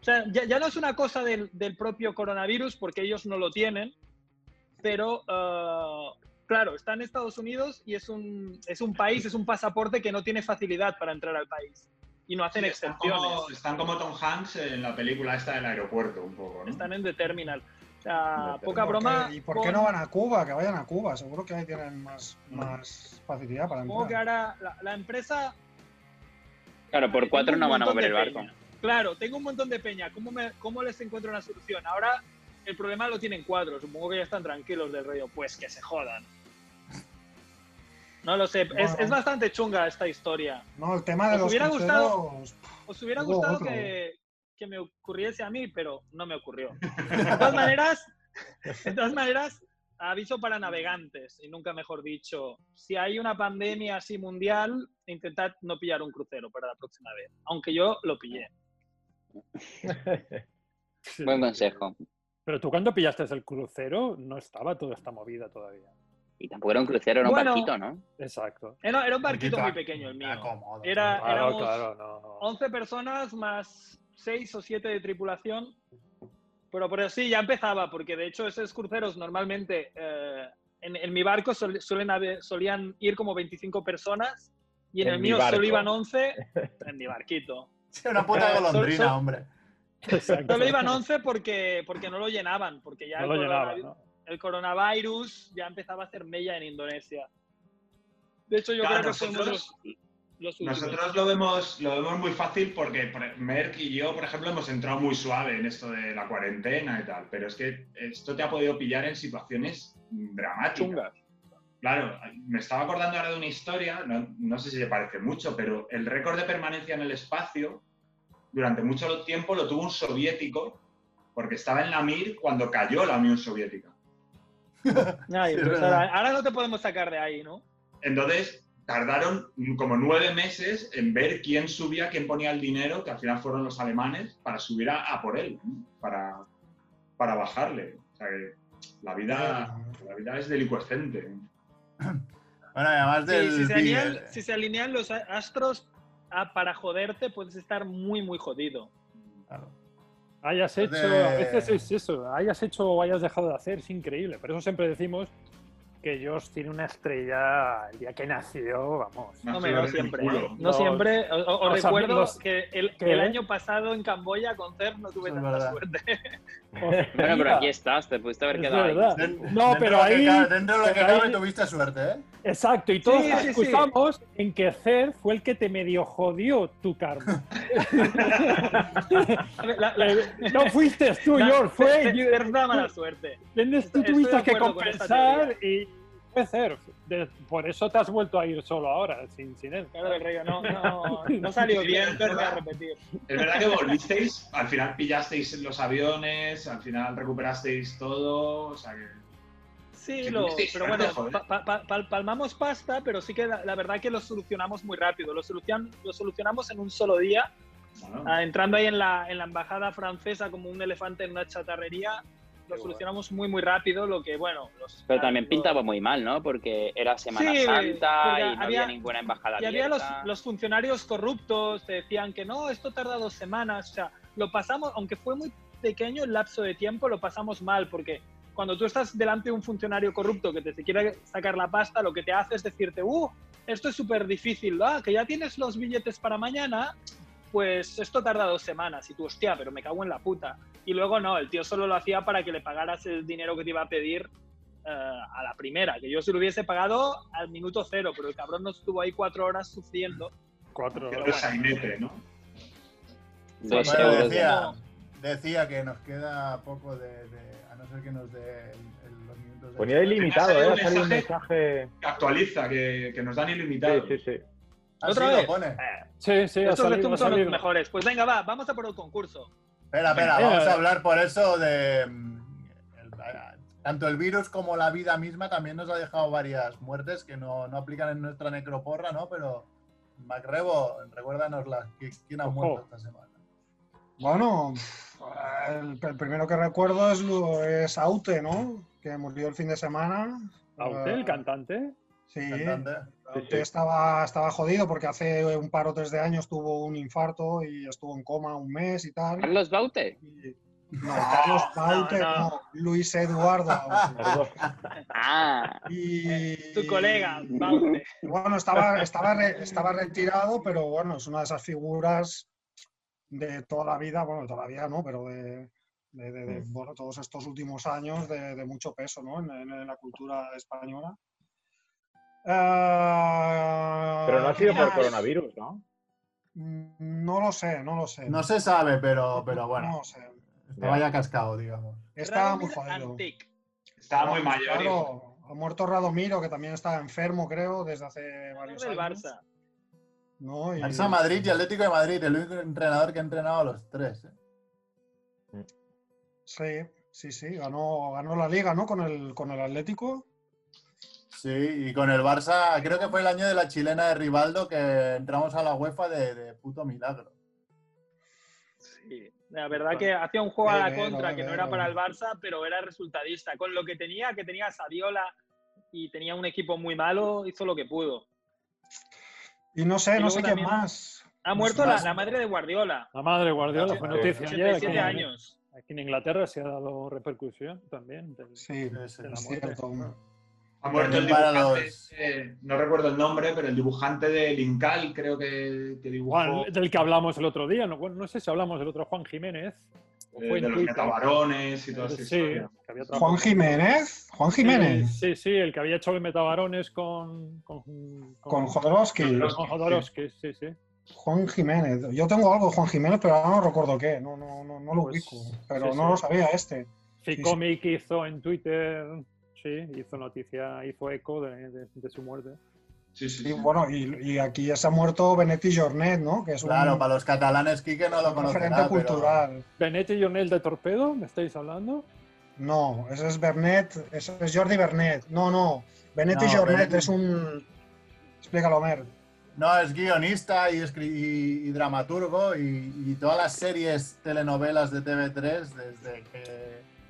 Speaker 6: O sea, ya, ya no es una cosa del, del propio coronavirus porque ellos no lo tienen, pero ah, claro, está en Estados Unidos y es un, es un país, es un pasaporte que no tiene facilidad para entrar al país y no hacen
Speaker 7: Sí, están,
Speaker 6: excepciones
Speaker 7: como, están como Tom Hanks en la película esta del aeropuerto, un poco, ¿no?
Speaker 6: están en The Terminal. O sea,
Speaker 9: Terminal.
Speaker 6: ah, poca broma.
Speaker 5: ¿Y por qué
Speaker 6: con-
Speaker 5: no van a Cuba? Que vayan a Cuba, seguro que ahí tienen más, más facilidad para
Speaker 6: Supongo que
Speaker 5: entrar.
Speaker 6: ahora la- la empresa
Speaker 4: Claro, por
Speaker 6: Tengo
Speaker 4: cuatro
Speaker 6: un
Speaker 4: no van a
Speaker 6: montón
Speaker 4: mover
Speaker 6: de
Speaker 4: el barco.
Speaker 6: peña. Claro, tengo un montón de peña. ¿Cómo, me- ¿Cómo les encuentro una solución? Ahora el problema lo tienen cuatro. Supongo que ya están tranquilos del rollo. Pues que se jodan. No lo sé.
Speaker 5: Bueno.
Speaker 6: Es, es bastante chunga esta historia.
Speaker 5: No, el tema de
Speaker 6: ¿Os
Speaker 5: los
Speaker 6: hubiera gustado-
Speaker 5: cruceros,
Speaker 6: Os hubiera
Speaker 5: Luego
Speaker 6: gustado
Speaker 5: otro.
Speaker 6: que, que me ocurriese a mí, pero no me ocurrió. De
Speaker 9: [laughs]
Speaker 6: todas maneras, de todas maneras, aviso para navegantes, y nunca mejor dicho, si hay una pandemia así mundial, intentad no pillar un crucero para la próxima vez, aunque yo lo pillé.
Speaker 4: Buen consejo.
Speaker 8: Pero tú cuando pillaste el crucero no estaba toda esta movida todavía.
Speaker 4: Y tampoco era un crucero, era un
Speaker 6: Bueno.
Speaker 4: barquito,
Speaker 6: [laughs]
Speaker 4: ¿no?
Speaker 8: Exacto.
Speaker 6: Era, era un barquito muy
Speaker 3: Barquito
Speaker 6: pequeño el mío.
Speaker 3: acomodo.
Speaker 6: Era-
Speaker 8: Claro,
Speaker 6: éramos-
Speaker 8: claro, no, no.
Speaker 6: 11 personas más 6 o 7 de tripulación. Pero, pero sí, ya empezaba, porque de hecho esos cruceros normalmente eh, en, en mi barco sol- suelen haber- solían ir como 25 personas y en,
Speaker 9: En
Speaker 6: el
Speaker 9: mi
Speaker 6: mío solo
Speaker 9: barco.
Speaker 6: iban 11 en mi barquito.
Speaker 3: Sí, una puta
Speaker 6: [laughs] Sol- sol-
Speaker 3: golondrina, hombre.
Speaker 8: Exacto.
Speaker 6: Solo iban 11 porque, porque no lo llenaban, porque ya
Speaker 8: No
Speaker 6: el,
Speaker 8: lo llenaba,
Speaker 6: coronavi-
Speaker 8: ¿no?
Speaker 6: el coronavirus ya empezaba a hacer mella en Indonesia. De hecho, yo
Speaker 7: Claro,
Speaker 6: creo que fuimos los,
Speaker 7: nosotros-
Speaker 6: los últimos.
Speaker 7: Nosotros lo vemos, lo vemos muy fácil porque por- e, Merck y yo, por ejemplo, hemos entrado muy suave en esto de la cuarentena y tal, pero es que esto te ha podido pillar en situaciones mm, dramáticas.
Speaker 6: Chungas.
Speaker 7: Claro, me estaba acordando ahora de una historia, no, no sé si se parece mucho, pero el récord de permanencia en el espacio durante mucho tiempo lo tuvo un soviético porque estaba en la Mir cuando cayó la Unión Soviética.
Speaker 6: [laughs] Ay,
Speaker 3: Sí,
Speaker 6: pues
Speaker 3: es verdad.
Speaker 6: ahora, ahora no te podemos sacar de ahí, ¿no?
Speaker 7: Entonces tardaron mm, como nueve meses en ver quién subía, quién ponía el dinero, que al final fueron los alemanes, para subir a, a por él, ¿no? para, para bajarle. O sea que la vida, la vida es delincuescente.
Speaker 3: [clears throat] Bueno, y además
Speaker 6: Sí,
Speaker 3: del.
Speaker 6: si, se
Speaker 3: Big-
Speaker 6: alinean, si se alinean los a- ah, astros a- para joderte, puedes estar muy, muy jodido.
Speaker 3: Claro.
Speaker 8: Hayas hecho,
Speaker 3: Pues De-
Speaker 8: a veces es eso, hayas hecho o hayas dejado de hacer, es increíble. Por eso siempre decimos que Josh tiene una estrella el día que nació, vamos.
Speaker 6: No,
Speaker 7: me
Speaker 6: hombre, no siempre. ¿eh?
Speaker 7: Culo.
Speaker 6: No
Speaker 8: Los-
Speaker 6: siempre. O- o- Os
Speaker 8: los
Speaker 6: recuerdo
Speaker 8: amigos
Speaker 6: que el,
Speaker 8: que-
Speaker 6: el año pasado en Camboya con CERN no tuve
Speaker 3: Es
Speaker 6: tanta
Speaker 3: verdad.
Speaker 6: suerte.
Speaker 3: [laughs]
Speaker 4: Bueno, pero
Speaker 8: Mira,
Speaker 4: aquí
Speaker 6: [laughs]
Speaker 4: estás, te pudiste haber
Speaker 8: Es
Speaker 4: quedado ahí.
Speaker 8: verdad.
Speaker 3: Den-
Speaker 8: No,
Speaker 3: dentro
Speaker 8: pero
Speaker 3: de lo que
Speaker 8: ahí-
Speaker 3: cabe- dentro de lo que
Speaker 8: pero ahí-
Speaker 3: cabe tuviste suerte, ¿eh?
Speaker 8: Exacto, y todos
Speaker 6: Sí,
Speaker 8: nos
Speaker 6: sí, sí.
Speaker 8: excusamos en que Cer fue el que te medio jodió
Speaker 6: [laughs]
Speaker 8: tu karma. [laughs]
Speaker 6: La- la-
Speaker 8: No fuiste tú,
Speaker 6: la-
Speaker 8: George, fue
Speaker 6: Cer- Cer da mala suerte.
Speaker 8: Tienes, tú
Speaker 6: Estoy-
Speaker 8: tuviste
Speaker 6: estoy de
Speaker 8: que
Speaker 6: acuerdo con esta
Speaker 8: compensar y puede ser. De- por eso te has vuelto a ir solo ahora, sin, sin él.
Speaker 6: Claro del Río, no, no, no salió bien, pero voy a repetir.
Speaker 7: Es verdad que volvisteis, al final pillasteis los aviones, al final recuperasteis todo, o sea que...
Speaker 6: Sí, ¿eh?
Speaker 7: Que
Speaker 6: lo,
Speaker 7: tuvisteis
Speaker 6: pero
Speaker 7: suerte,
Speaker 6: bueno,
Speaker 7: joder.
Speaker 6: pa- pa- pa- pal- palmamos pasta, pero sí que la, la verdad que lo solucionamos muy rápido. Lo, solucion- lo solucionamos en un solo día,
Speaker 7: Bueno,
Speaker 6: ah, entrando ahí en la, en la embajada francesa como un elefante en una chatarrería. Lo solucionamos muy, muy rápido, lo que, bueno... los-
Speaker 4: Pero también
Speaker 6: lo-
Speaker 4: pintaba muy mal, ¿no? Porque era Semana
Speaker 6: Sí,
Speaker 4: Santa
Speaker 6: porque
Speaker 4: y no había,
Speaker 6: había-
Speaker 4: ninguna embajada
Speaker 6: Y había los,
Speaker 4: abierta.
Speaker 6: los funcionarios corruptos, te decían que no, esto tarda dos semanas. O sea, lo pasamos, aunque fue muy pequeño el lapso de tiempo, lo pasamos mal, porque cuando tú estás delante de un funcionario corrupto que te quiere sacar la pasta, lo que te hace es decirte, uh, esto es súper difícil, ah, que ya tienes los billetes para mañana, pues esto tarda dos semanas. Y tú, hostia, pero me cago en la puta. Y luego no, el tío solo lo hacía para que le pagaras el dinero que te iba a pedir eh, a la primera, que yo se lo hubiese pagado al minuto cero, pero el cabrón nos estuvo ahí cuatro horas sufriendo.
Speaker 8: Cuatro.
Speaker 7: que es sainete, ¿no?
Speaker 4: Dos
Speaker 3: Bueno,
Speaker 8: Pues
Speaker 4: euros. de-
Speaker 3: decía,
Speaker 6: como-
Speaker 3: decía que nos queda poco de, de- a no ser que nos dé el- el- los minutos de
Speaker 9: Ponía ilimitado, ¿eh? Ha salido un mensaje.
Speaker 7: Que actualiza, que, que nos dan
Speaker 9: Sí,
Speaker 7: ilimitado.
Speaker 9: sí, sí.
Speaker 3: Así
Speaker 6: Otra
Speaker 3: lo
Speaker 6: vez. Eh,
Speaker 3: pone.
Speaker 8: Sí, sí, ha
Speaker 6: Estos
Speaker 8: salido, ha
Speaker 6: son los
Speaker 8: salido.
Speaker 6: mejores. Pues venga, va, vamos a por el concurso.
Speaker 3: Espera, espera,
Speaker 8: Venga.
Speaker 3: vamos a hablar por eso de... mm, el- tanto el virus como la vida misma también nos ha dejado varias muertes que no, no aplican en nuestra necroporra, ¿no? Pero, Macrebo, recuérdanos las, que- quién ha
Speaker 8: Ojo.
Speaker 3: muerto esta semana.
Speaker 5: Bueno, el, el primero que recuerdo es, lo- es Aute, ¿no? Que murió el fin de semana.
Speaker 8: Aute, Ah, el cantante.
Speaker 5: Sí,
Speaker 3: Cantante.
Speaker 5: Aute Estaba, estaba jodido porque hace un par o tres de años tuvo un infarto y estuvo en coma un mes y tal.
Speaker 4: Carlos Baute.
Speaker 5: Y- No, Carlos Aute,
Speaker 6: no.
Speaker 5: no, Luis Eduardo. Aute.
Speaker 9: Perdón.
Speaker 4: Ah,
Speaker 5: Y,
Speaker 6: Tu colega, Baute.
Speaker 5: Y Bueno, estaba, estaba, re- estaba retirado, pero bueno, es una de esas figuras de toda la vida, bueno, todavía no, pero de, de- de- de, bueno, todos estos últimos años de, de mucho peso ¿no? en, en- en la cultura española. Ah,
Speaker 9: Pero no ha sido por
Speaker 5: ah,
Speaker 9: coronavirus, ¿no?
Speaker 5: mm, No lo sé, no lo sé.
Speaker 3: No se sabe, pero, pero
Speaker 5: No
Speaker 3: bueno,
Speaker 5: lo sé.
Speaker 3: estaba ya cascado, digamos.
Speaker 5: Estaba muy
Speaker 6: Radomir
Speaker 5: jodido.
Speaker 6: Antic.
Speaker 7: Estaba muy mayor. y-
Speaker 5: Claro, ha muerto Radomiro, que también estaba enfermo, creo, desde hace
Speaker 6: jugador
Speaker 5: varios
Speaker 6: del
Speaker 5: años.
Speaker 6: Barça.
Speaker 5: ¿no? Y-
Speaker 3: Barça Madrid y Atlético de Madrid, el único entrenador que ha entrenado a los tres. ¿eh?
Speaker 5: Sí, sí, sí, ganó, ganó la liga, ¿no? Con el, con el Atlético.
Speaker 3: Sí, y con el Barça, creo que fue el año de la chilena de Rivaldo que entramos a la UEFA de, de puto milagro.
Speaker 6: Sí. La verdad que hacía un juego a la
Speaker 5: Qué bueno,
Speaker 6: contra
Speaker 5: qué
Speaker 6: que no era
Speaker 5: bueno.
Speaker 6: para el Barça, pero era resultadista. Con lo que tenía, que tenía a Saviola y tenía un equipo muy malo, hizo lo que pudo.
Speaker 5: Y no sé,
Speaker 6: Y
Speaker 5: no
Speaker 6: luego
Speaker 5: sé quién
Speaker 6: también
Speaker 5: más.
Speaker 6: Ha
Speaker 5: No
Speaker 6: muerto
Speaker 5: sé
Speaker 6: la,
Speaker 5: más.
Speaker 6: la madre de Guardiola.
Speaker 8: La madre Guardiola Pues fue
Speaker 9: Sí.
Speaker 8: noticia ayer. Aquí,
Speaker 6: 87
Speaker 8: en-
Speaker 6: años.
Speaker 8: aquí en Inglaterra se ha dado repercusión también. del-
Speaker 5: Sí,
Speaker 3: Ese.
Speaker 8: de la
Speaker 5: es
Speaker 8: muerte.
Speaker 5: cierto.
Speaker 7: Ha muerto el
Speaker 3: También para
Speaker 7: dibujante,
Speaker 3: los-
Speaker 7: eh, no recuerdo el nombre, pero el dibujante de Linkal creo que, que dibujó
Speaker 8: Juan, del que hablamos el otro día. No, Bueno, no sé si hablamos del otro Juan Jiménez. o
Speaker 7: eh,
Speaker 8: fue en
Speaker 7: de los
Speaker 8: Twitter.
Speaker 7: metabarones y todo eso.
Speaker 8: Sí, que había trabajado-
Speaker 5: Juan Jiménez. Juan Jiménez.
Speaker 8: Sí, sí, el que había hecho el Metabarones con. Con, con,
Speaker 5: Con Jodorowsky.
Speaker 8: con Jodorowsky, sí, sí.
Speaker 5: Juan Jiménez. Yo tengo algo de Juan Jiménez, pero ahora no recuerdo qué. No, no, no, no lo
Speaker 8: Pues,
Speaker 5: ubico. Pero
Speaker 8: sí,
Speaker 5: no
Speaker 8: sí.
Speaker 5: lo sabía este. sí.
Speaker 8: Ficomic hizo en Twitter, sí, hizo noticia, hizo eco de, de- de su muerte.
Speaker 7: Sí, sí, sí.
Speaker 5: Y bueno, y, y aquí ya se ha muerto Benetti Jornet, ¿no? Que es un,
Speaker 3: Claro, para los catalanes, Quique no lo
Speaker 5: un referente
Speaker 3: conocerá, pero
Speaker 5: cultural.
Speaker 8: Benet y Jonel de Torpedo, ¿me estáis hablando?
Speaker 5: No, ese es Bernet, ese es Jordi Bernet. No, no. Benet y
Speaker 3: No,
Speaker 5: Jornet
Speaker 3: Benet-
Speaker 5: es un. Explícalo, Mer.
Speaker 3: no, es guionista y, escri- y- y dramaturgo y, y todas las series, telenovelas de TV3, desde que